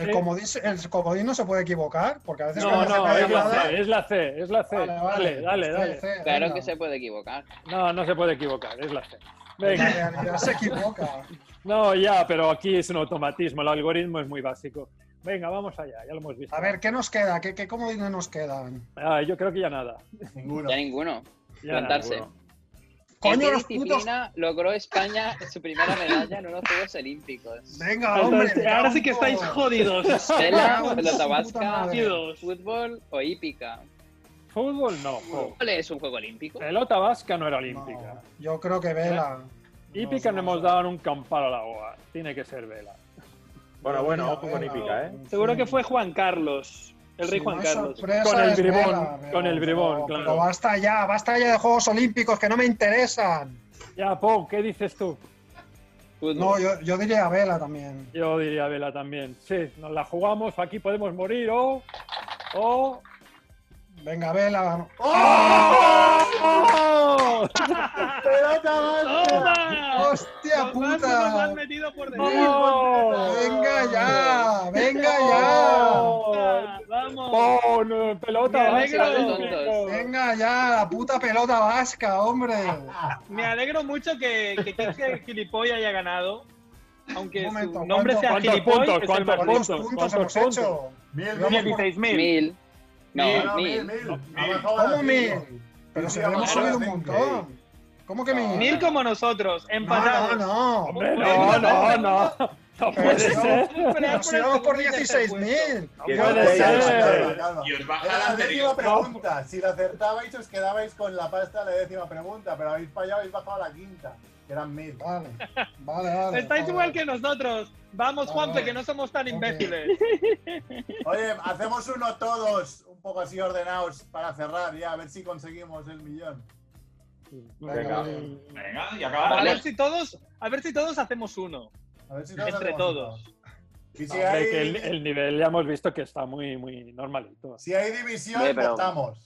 Speaker 5: el
Speaker 8: Sí.
Speaker 5: comodín, se- Eh, el comodín no se puede equivocar, porque a veces
Speaker 8: No,
Speaker 5: cuando se
Speaker 8: no,
Speaker 5: cae
Speaker 8: es la
Speaker 5: nada-
Speaker 8: C, es la C, es la C.
Speaker 5: Vale, vale.
Speaker 8: Dale, dale,
Speaker 5: C,
Speaker 8: dale.
Speaker 5: C,
Speaker 4: Claro
Speaker 5: venga.
Speaker 4: que se puede equivocar.
Speaker 8: No, no se puede equivocar, es la C.
Speaker 5: La
Speaker 8: Venga.
Speaker 5: realidad se equivoca.
Speaker 8: No, ya, pero aquí es un automatismo, el algoritmo es muy básico. Venga, vamos allá, ya lo hemos visto.
Speaker 5: A ver, ¿qué nos queda? ¿Qué, qué comodines nos quedan?
Speaker 8: Ah, yo creo que ya nada.
Speaker 3: Ninguno.
Speaker 4: Ya ninguno.
Speaker 8: Ya nada.
Speaker 4: Plantarse. ¿En
Speaker 5: Coño,
Speaker 4: qué
Speaker 5: los putos.
Speaker 4: disciplina logró España su primera medalla en unos Juegos Olímpicos?
Speaker 5: Venga, hombre.
Speaker 6: Entonces,
Speaker 5: ya
Speaker 6: ahora
Speaker 5: un
Speaker 6: sí que
Speaker 5: poco.
Speaker 6: estáis jodidos.
Speaker 5: Me cago
Speaker 4: Vela,
Speaker 5: en su
Speaker 4: pelota
Speaker 5: puta
Speaker 4: vasca,
Speaker 5: madre.
Speaker 6: Jodidos.
Speaker 4: fútbol o hípica.
Speaker 8: Fútbol no. juego.
Speaker 4: ¿Cuál es un juego olímpico?
Speaker 8: Pelota vasca no era
Speaker 5: No,
Speaker 8: olímpica.
Speaker 5: yo creo que Vela.
Speaker 8: Hípica no,
Speaker 5: sé,
Speaker 8: hemos
Speaker 5: sé.
Speaker 8: dado un campal a la boa. Tiene que ser vela.
Speaker 9: Bueno, bueno,
Speaker 5: Vela,
Speaker 9: ojo con
Speaker 5: Vela,
Speaker 9: Hípica, ¿eh?
Speaker 6: Seguro
Speaker 5: sí.
Speaker 6: que fue Juan Carlos, el rey
Speaker 5: Si
Speaker 6: Juan
Speaker 5: no hay
Speaker 6: Carlos.
Speaker 5: sorpresa,
Speaker 8: Con el
Speaker 5: es
Speaker 8: bribón,
Speaker 5: Vela, pero-
Speaker 8: con el bribón,
Speaker 5: pero-
Speaker 8: claro.
Speaker 5: pero basta ya, basta ya de Juegos Olímpicos que no me interesan.
Speaker 8: Ya, Pau, ¿qué dices tú?
Speaker 4: Fútbol.
Speaker 5: No, yo, yo diría
Speaker 8: [laughs]
Speaker 5: Vela también.
Speaker 8: Yo diría vela también. Sí, nos la jugamos, aquí podemos morir o... o...
Speaker 5: Venga, Vela.
Speaker 9: Ah.
Speaker 8: ¡Oh!
Speaker 3: ¡Pelota vasca!
Speaker 6: ¡Toma!
Speaker 5: ¡Hostia
Speaker 6: Nos has- nos
Speaker 5: puta!
Speaker 6: has metido por debajo.
Speaker 8: ¡Oh!
Speaker 5: ¡Venga ya! ¡Venga ya!
Speaker 8: ¡Oh!
Speaker 6: ¡Vamos!
Speaker 8: ¡Oh, no,
Speaker 6: Me
Speaker 8: pelota!
Speaker 6: alegro.
Speaker 8: vasca, olímpico!
Speaker 5: ¡Venga ya! ¡La puta pelota vasca, hombre!
Speaker 6: Me alegro mucho que, que Kike Gilipolla haya ganado. Aunque
Speaker 5: Un momento,
Speaker 6: su nombre
Speaker 5: ¿cuánto-
Speaker 6: sea
Speaker 8: ¿Cuántos
Speaker 6: Gilipoll,
Speaker 8: puntos?
Speaker 6: es el
Speaker 8: ¿Cuántos
Speaker 6: partido.
Speaker 5: ¿Cuántos
Speaker 8: puntos?
Speaker 5: puntos hemos
Speaker 8: ¿Cuántos
Speaker 5: hecho?
Speaker 3: Mil,
Speaker 5: Vamos
Speaker 3: mil.
Speaker 5: por-
Speaker 6: 16.000.
Speaker 4: Mil. No,
Speaker 3: No,
Speaker 4: mil.
Speaker 3: mil, mil.
Speaker 7: No,
Speaker 3: Ha
Speaker 7: mil.
Speaker 3: bajado
Speaker 5: ¿Cómo
Speaker 3: la
Speaker 5: mil? Pero si hemos subido un montón. ¿Cómo que mil?
Speaker 6: Mil como nosotros,
Speaker 5: No,
Speaker 6: empatados.
Speaker 5: no, no.
Speaker 8: ¡Hombre, no, no, no! ¡No puede ser!
Speaker 5: Pero si vamos por 16.000.
Speaker 9: Que
Speaker 8: puede
Speaker 9: no
Speaker 8: ser.
Speaker 9: juegas.
Speaker 3: Calma, calma.
Speaker 7: Y os baja
Speaker 3: Era
Speaker 7: la
Speaker 3: la décima
Speaker 7: anterior.
Speaker 3: pregunta. Si la acertabais, os quedabais con la pasta de la décima pregunta, pero habéis fallado, habéis bajado a
Speaker 8: [laughs]
Speaker 3: la quinta, que eran mil.
Speaker 5: Vale, vale, vale.
Speaker 6: Estáis
Speaker 5: vale.
Speaker 6: igual que nosotros. Vamos,
Speaker 5: Vale,
Speaker 6: Juanpe,
Speaker 5: vale.
Speaker 6: que no somos tan
Speaker 5: Ok.
Speaker 6: imbéciles.
Speaker 3: Oye, hacemos uno todos, un poco así ordenados, para cerrar ya, a ver si conseguimos el millón.
Speaker 9: Venga.
Speaker 5: vale.
Speaker 7: Venga, y
Speaker 6: A ver
Speaker 7: acabamos.
Speaker 6: si todos, a ver si todos hacemos uno.
Speaker 3: A ver si
Speaker 6: Entre
Speaker 3: hacemos
Speaker 6: todos.
Speaker 3: uno. Y si, hay,
Speaker 8: Hombre, que el, el nivel ya hemos visto que está muy, muy normalito.
Speaker 3: si hay división,
Speaker 4: Hombre, pero-
Speaker 3: votamos.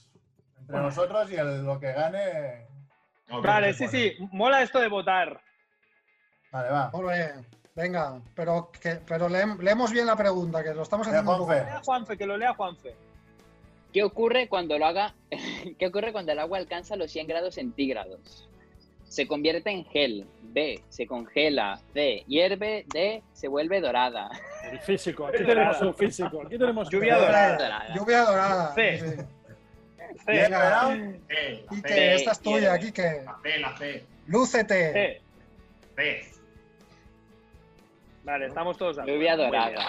Speaker 3: Entre nosotros y el- lo que gane.
Speaker 7: Ok.
Speaker 6: Vale, sí, sí. Mola esto de votar.
Speaker 3: Vale, va.
Speaker 5: Muy bien. Venga, pero, que, pero leem- leemos bien la pregunta, que lo estamos
Speaker 3: De
Speaker 5: haciendo un
Speaker 3: Juanfe.
Speaker 5: poco.
Speaker 6: Lea Juanfe, que lo lea Juanfe.
Speaker 4: ¿Qué ocurre cuando lo haga? [laughs] ¿Qué ocurre cuando el agua alcanza los 100 grados centígrados? Se convierte en gel. B. Se congela. C. Hierve. D. Se vuelve dorada.
Speaker 8: El físico, aquí tenemos un físico. Aquí tenemos
Speaker 6: Lluvia
Speaker 8: un-
Speaker 6: dorada.
Speaker 5: Lluvia dorada.
Speaker 6: Sí.
Speaker 3: Bien,
Speaker 6: C,
Speaker 3: ¿verdad?
Speaker 7: C, la
Speaker 5: Quique,
Speaker 7: C,
Speaker 5: esta es tuya, Quique.
Speaker 7: la C, la C,
Speaker 8: Eh,
Speaker 5: Lúcete.
Speaker 6: C.
Speaker 7: C.
Speaker 6: Vale, estamos todos de acuerdo.
Speaker 4: Lluvia
Speaker 6: Muy
Speaker 4: dorada.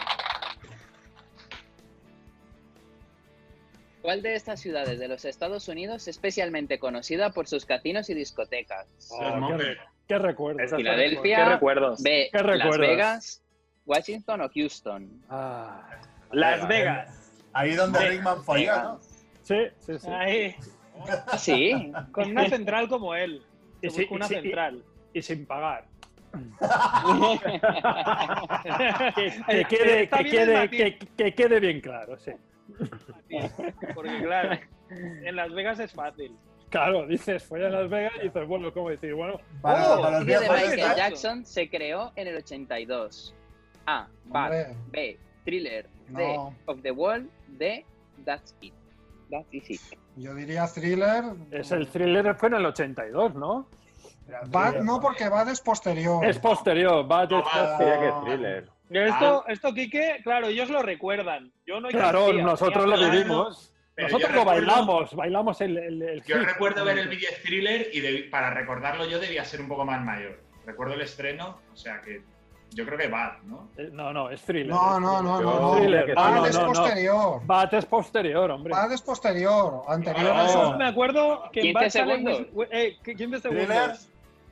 Speaker 4: ¿Cuál de estas ciudades de los Estados Unidos es especialmente conocida por sus casinos y discotecas?
Speaker 8: Oh,
Speaker 7: Los
Speaker 8: qué
Speaker 7: Montes.
Speaker 8: ¿Qué recuerdo?
Speaker 6: Esa-
Speaker 4: Filadelfia.
Speaker 6: ¿Qué recuerdos?
Speaker 4: B.
Speaker 8: ¿Qué
Speaker 4: Las
Speaker 8: recuerdas?
Speaker 4: Vegas, Washington o Houston.
Speaker 8: Ah,
Speaker 6: Las Vegas.
Speaker 3: ¿eh? Ahí donde
Speaker 6: De-
Speaker 3: Rickman falló, ¿no?
Speaker 8: sí, sí, sí. [laughs]
Speaker 6: Ahí,
Speaker 4: Sí.
Speaker 6: con una central como él. Se
Speaker 8: Y sí,
Speaker 6: busca una
Speaker 8: y sí, y-
Speaker 6: central.
Speaker 8: Y sin pagar. Que, que
Speaker 6: Está bien
Speaker 8: quede, que,
Speaker 6: el
Speaker 8: quede,
Speaker 6: matiz.
Speaker 8: que, que quede bien claro, sí.
Speaker 6: [laughs] Porque claro, en Las Vegas es fácil.
Speaker 8: Claro, dices, fue en Las Vegas y dices, bueno, ¿cómo decir? Bueno,
Speaker 3: Para,
Speaker 6: Oh,
Speaker 3: para los
Speaker 4: El de
Speaker 3: viejos.
Speaker 4: Michael
Speaker 3: ¿eh?
Speaker 4: Jackson se creó en el 82. A. Bad.
Speaker 5: Hombre,
Speaker 4: B. Thriller. D.
Speaker 5: No.
Speaker 4: Of the Wall. D. That's It. That's Is It.
Speaker 5: yo diría thriller.
Speaker 8: es el thriller fue en el 82, ¿no?
Speaker 5: Bad, no, porque Bad es posterior.
Speaker 8: Es posterior, va
Speaker 7: No,
Speaker 8: es
Speaker 7: va,
Speaker 9: Diría que
Speaker 8: posterior.
Speaker 9: es thriller.
Speaker 6: Esto, esto, Quique, claro, ellos lo recuerdan. Yo no
Speaker 8: Claro,
Speaker 6: existía.
Speaker 8: nosotros lo
Speaker 6: Tenía-
Speaker 8: vivimos.
Speaker 7: Ah. Pero
Speaker 8: Nosotros
Speaker 7: yo
Speaker 8: lo
Speaker 7: recuerdo-
Speaker 8: bailamos, bailamos el, el, el [laughs]
Speaker 7: Yo
Speaker 8: hit.
Speaker 7: recuerdo ver el vídeo de thriller y debí- para recordarlo yo debía ser un poco más mayor. Recuerdo el estreno, o sea que yo creo que Bad, ¿no?
Speaker 8: Eh, No, no, es thriller.
Speaker 5: No, no, no,
Speaker 9: Yo
Speaker 5: no. no.
Speaker 9: diría
Speaker 8: Thriller.
Speaker 9: que
Speaker 8: Ah,
Speaker 5: Bad
Speaker 8: no,
Speaker 9: thriller.
Speaker 5: es
Speaker 8: no, no.
Speaker 5: posterior.
Speaker 8: Bat es posterior, hombre.
Speaker 5: Bad es posterior. Anterior
Speaker 7: Ah,
Speaker 5: a eso.
Speaker 6: Yo me acuerdo que en
Speaker 4: 15
Speaker 6: Bad sale
Speaker 4: segundos.
Speaker 6: Wis- eh, que 15
Speaker 3: Thriller.
Speaker 6: segundos.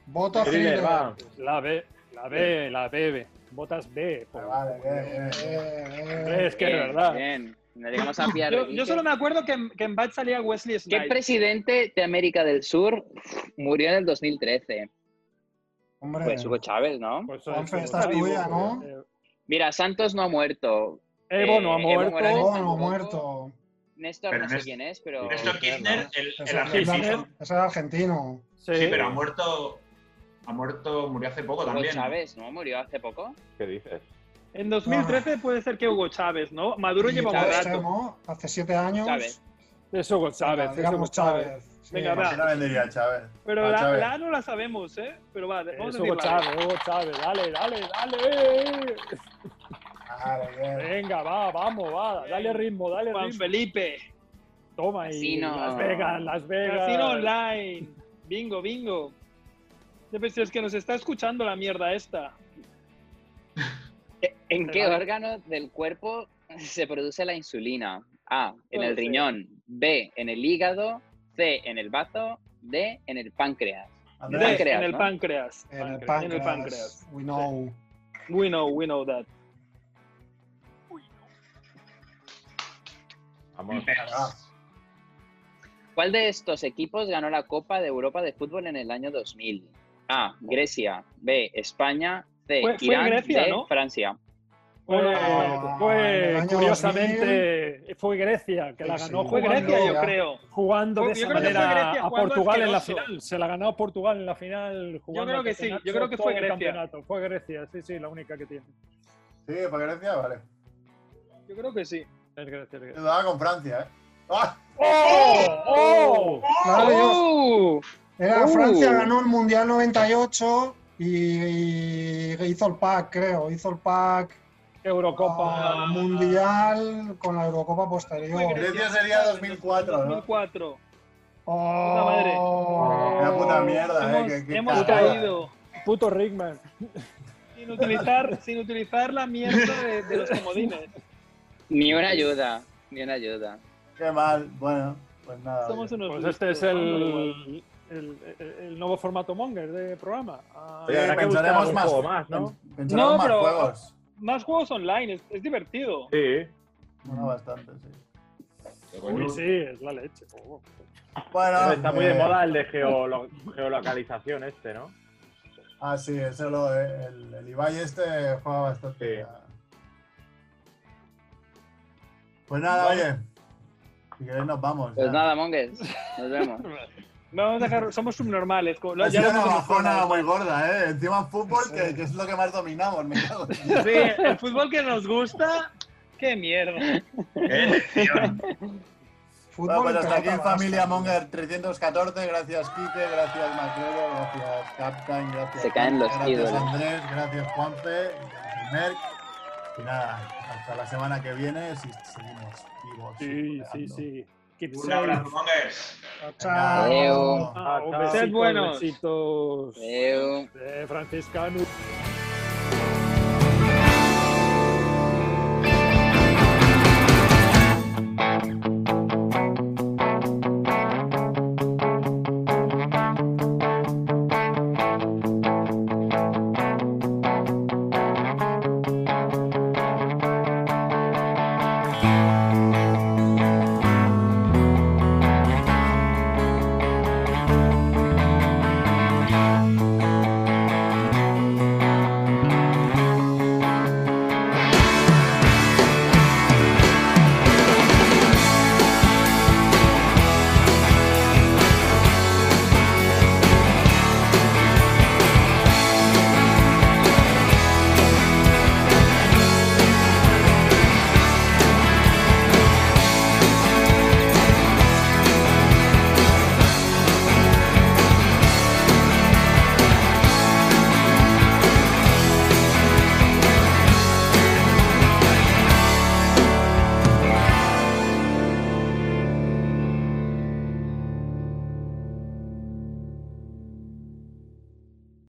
Speaker 5: Voto
Speaker 9: Thriller,
Speaker 5: thriller.
Speaker 9: va.
Speaker 8: La B, la B, la B. Botas B. por-
Speaker 3: Vale, bien, bien,
Speaker 5: Eh,
Speaker 3: bien.
Speaker 5: eh, eh.
Speaker 8: Es que
Speaker 4: Bien,
Speaker 8: es verdad.
Speaker 4: Bien. No llegamos a pillar.
Speaker 6: Yo, yo solo me acuerdo que en, que en Bad salía Wesley
Speaker 4: ¿Qué
Speaker 6: Snipes.
Speaker 4: presidente de América del Sur murió en el 2013?
Speaker 5: Hombre,
Speaker 4: Pues Hugo Chávez, ¿no?
Speaker 8: Pues,
Speaker 5: Juanfe,
Speaker 8: eh,
Speaker 5: esta es
Speaker 8: vivo,
Speaker 5: tuya, ¿no?
Speaker 8: eh,
Speaker 4: Mira, Santos no ha muerto.
Speaker 8: Evo no ha
Speaker 4: Eh,
Speaker 8: muerto.
Speaker 4: Morales.
Speaker 5: no, no,
Speaker 4: tampoco.
Speaker 5: muerto.
Speaker 4: Néstor
Speaker 7: Pero
Speaker 4: no sé
Speaker 7: Nés-
Speaker 4: quién es, pero...
Speaker 7: Néstor Kirchner, el,
Speaker 5: Es
Speaker 7: el
Speaker 5: el
Speaker 7: argentino.
Speaker 5: argentino. Es el argentino.
Speaker 8: Sí.
Speaker 7: Sí, pero ha muerto, ha muerto, murió hace poco
Speaker 4: Hugo
Speaker 7: también. ¿no?
Speaker 4: Chávez, ¿no? Murió hace poco.
Speaker 9: ¿Qué dices?
Speaker 6: En
Speaker 8: Ah.
Speaker 6: 2013 puede ser que Hugo Chávez, ¿no? Maduro
Speaker 5: Y
Speaker 6: lleva un
Speaker 5: puede
Speaker 4: Chávez.
Speaker 5: ser,
Speaker 6: rato.
Speaker 5: ¿no? Hace siete años.
Speaker 4: Chávez.
Speaker 8: Es Hugo Chávez.
Speaker 5: Venga,
Speaker 8: es Hugo
Speaker 5: digamos
Speaker 8: Chávez.
Speaker 5: Chávez. Sí.
Speaker 6: Venga,
Speaker 3: ¿Por qué no vendería Chávez?
Speaker 6: Pero
Speaker 5: Ah,
Speaker 3: A
Speaker 6: la,
Speaker 3: Chávez.
Speaker 6: la A no la sabemos, ¿eh? Pero va, vamos
Speaker 8: Es
Speaker 6: a
Speaker 8: Hugo
Speaker 6: decir
Speaker 8: Chávez, Hugo Chávez. Dale, dale, dale.
Speaker 3: Vale, bien.
Speaker 8: Venga, va, vamos, va. Dale ritmo, dale
Speaker 6: Juan
Speaker 8: ritmo.
Speaker 6: Felipe.
Speaker 8: Toma y
Speaker 4: Casino.
Speaker 8: Las Vegas, Las Vegas.
Speaker 6: Casino online. Bingo, bingo. Ya, pues, Es que nos está escuchando la mierda esta.
Speaker 4: ¿En qué
Speaker 8: Vale.
Speaker 4: [laughs] órgano del cuerpo se produce la insulina? A, en
Speaker 6: Puede
Speaker 4: el
Speaker 6: ser.
Speaker 4: riñón. B, en el hígado. C, en el bazo. D, en el páncreas.
Speaker 6: D,
Speaker 3: Andrés,
Speaker 4: Páncreas,
Speaker 6: en el
Speaker 4: ¿no?
Speaker 6: páncreas.
Speaker 5: En el
Speaker 6: En el páncreas.
Speaker 5: páncreas. We know.
Speaker 6: We know, we know that.
Speaker 9: Vamos.
Speaker 3: ah,
Speaker 4: ¿Cuál de estos equipos ganó la Copa de Europa de Fútbol en el año 2000? A, Grecia. B, España. C,
Speaker 6: Fue- fue
Speaker 4: Irán.
Speaker 6: Grecia,
Speaker 4: D,
Speaker 6: ¿no?
Speaker 4: Francia.
Speaker 8: Fue,
Speaker 5: Ah,
Speaker 8: fue,
Speaker 5: en el año
Speaker 8: curiosamente, fue Grecia que la
Speaker 5: Sí,
Speaker 8: ganó
Speaker 5: sí.
Speaker 6: Fue
Speaker 5: Jugando
Speaker 6: Grecia, yo
Speaker 5: ya.
Speaker 6: creo.
Speaker 8: jugando de
Speaker 6: Yo
Speaker 8: esa
Speaker 6: creo que fue
Speaker 8: manera
Speaker 6: Grecia
Speaker 8: a
Speaker 6: jugando
Speaker 8: Portugal en la
Speaker 6: asqueroso.
Speaker 8: final. Se la ganó Portugal en la final. Jugando
Speaker 6: creo
Speaker 8: al
Speaker 6: que sí,
Speaker 8: campeonato,
Speaker 6: yo creo que
Speaker 8: todo
Speaker 6: fue
Speaker 8: el
Speaker 6: Grecia.
Speaker 8: campeonato. Fue Grecia, sí, sí, la única que tiene.
Speaker 3: sí, para Grecia, vale.
Speaker 6: Yo creo que sí.
Speaker 8: Es Grecia, es
Speaker 3: Yo
Speaker 8: Grecia.
Speaker 3: dudaba con Francia, ¿eh? ¡Ah!
Speaker 8: ¡Oh!
Speaker 5: Claro, yo-
Speaker 4: ¡Oh!
Speaker 5: Era
Speaker 4: Uh.
Speaker 5: Francia, ganó el Mundial 98 y, y hizo el pack, creo. Hizo el pack
Speaker 8: Eurocopa.
Speaker 5: ah, Mundial con la Eurocopa posterior.
Speaker 3: Grecia sería 2004, ¿no?
Speaker 6: 2004.
Speaker 5: Oh,
Speaker 6: madre.
Speaker 3: Una puta mierda, ¿eh?
Speaker 6: hemos
Speaker 3: Qué- qué
Speaker 6: hemos
Speaker 3: cagada.
Speaker 6: caído
Speaker 8: Oh. Puto Rickman.
Speaker 6: sin utilizar, sin utilizar la mierda de, de los comodines.
Speaker 4: Ni una ayuda, ni una ayuda.
Speaker 3: Qué mal. Bueno, pues nada.
Speaker 6: Somos
Speaker 3: oye.
Speaker 6: unos
Speaker 8: Pues
Speaker 6: listos,
Speaker 8: este es
Speaker 6: hombre, igual.
Speaker 8: el, el, el- el nuevo formato Monger de programa. Ah,
Speaker 3: Sí,
Speaker 9: habrá que
Speaker 3: pensaremos
Speaker 9: buscar un
Speaker 3: más,
Speaker 9: juego más, ¿no?
Speaker 3: pen- pensaremos
Speaker 6: No,
Speaker 3: más
Speaker 6: pero-
Speaker 3: juegos.
Speaker 6: Más juegos online, es, es divertido.
Speaker 9: Sí.
Speaker 3: Bueno, bastante, sí.
Speaker 8: sí, sí, es la leche. Oh.
Speaker 3: Bueno,
Speaker 9: Está muy de
Speaker 3: eh,
Speaker 9: moda el de geolo- geolocalización este, ¿no?
Speaker 3: Ah, sí, eso lo, el, el Ibai este juega bastante.
Speaker 9: Sí.
Speaker 3: a- Pues nada, oye. Si queréis nos vamos.
Speaker 4: Pues
Speaker 3: ya.
Speaker 4: nada, Mongues, nos vemos.
Speaker 6: [laughs] Vamos a dejar, somos subnormales. como-
Speaker 3: Ha
Speaker 6: ya
Speaker 3: sido
Speaker 6: lo
Speaker 3: una
Speaker 6: hemos
Speaker 3: bajona
Speaker 6: mencionado.
Speaker 3: muy gorda, ¿eh? Encima fútbol, que, que es lo que más dominamos, me cago en Dios.
Speaker 6: Sí, el fútbol que nos gusta, qué mierda.
Speaker 7: Elección.
Speaker 5: Fútbol
Speaker 3: Bueno, pues hasta
Speaker 5: y
Speaker 3: aquí
Speaker 5: pelota
Speaker 3: Familia
Speaker 5: vasca.
Speaker 3: Monger 314. Gracias, Kike, gracias, Macrero, gracias, Captain, gracias.
Speaker 4: Se caen los
Speaker 3: gracias,
Speaker 4: ídolos.
Speaker 3: Andrés, gracias, Juanpe, gracias, Merck. Y nada, hasta la semana que viene si seguimos vivos.
Speaker 8: Sí, sí,
Speaker 3: jugando.
Speaker 8: sí. Keep
Speaker 7: Un abrazo,
Speaker 8: safe.
Speaker 7: Mongers.
Speaker 5: Chao.
Speaker 4: Adeu.
Speaker 8: Ah, un
Speaker 6: Sed
Speaker 8: besito,
Speaker 6: buenos.
Speaker 8: besitos.
Speaker 4: Adeu.
Speaker 8: Eh, Franciscano.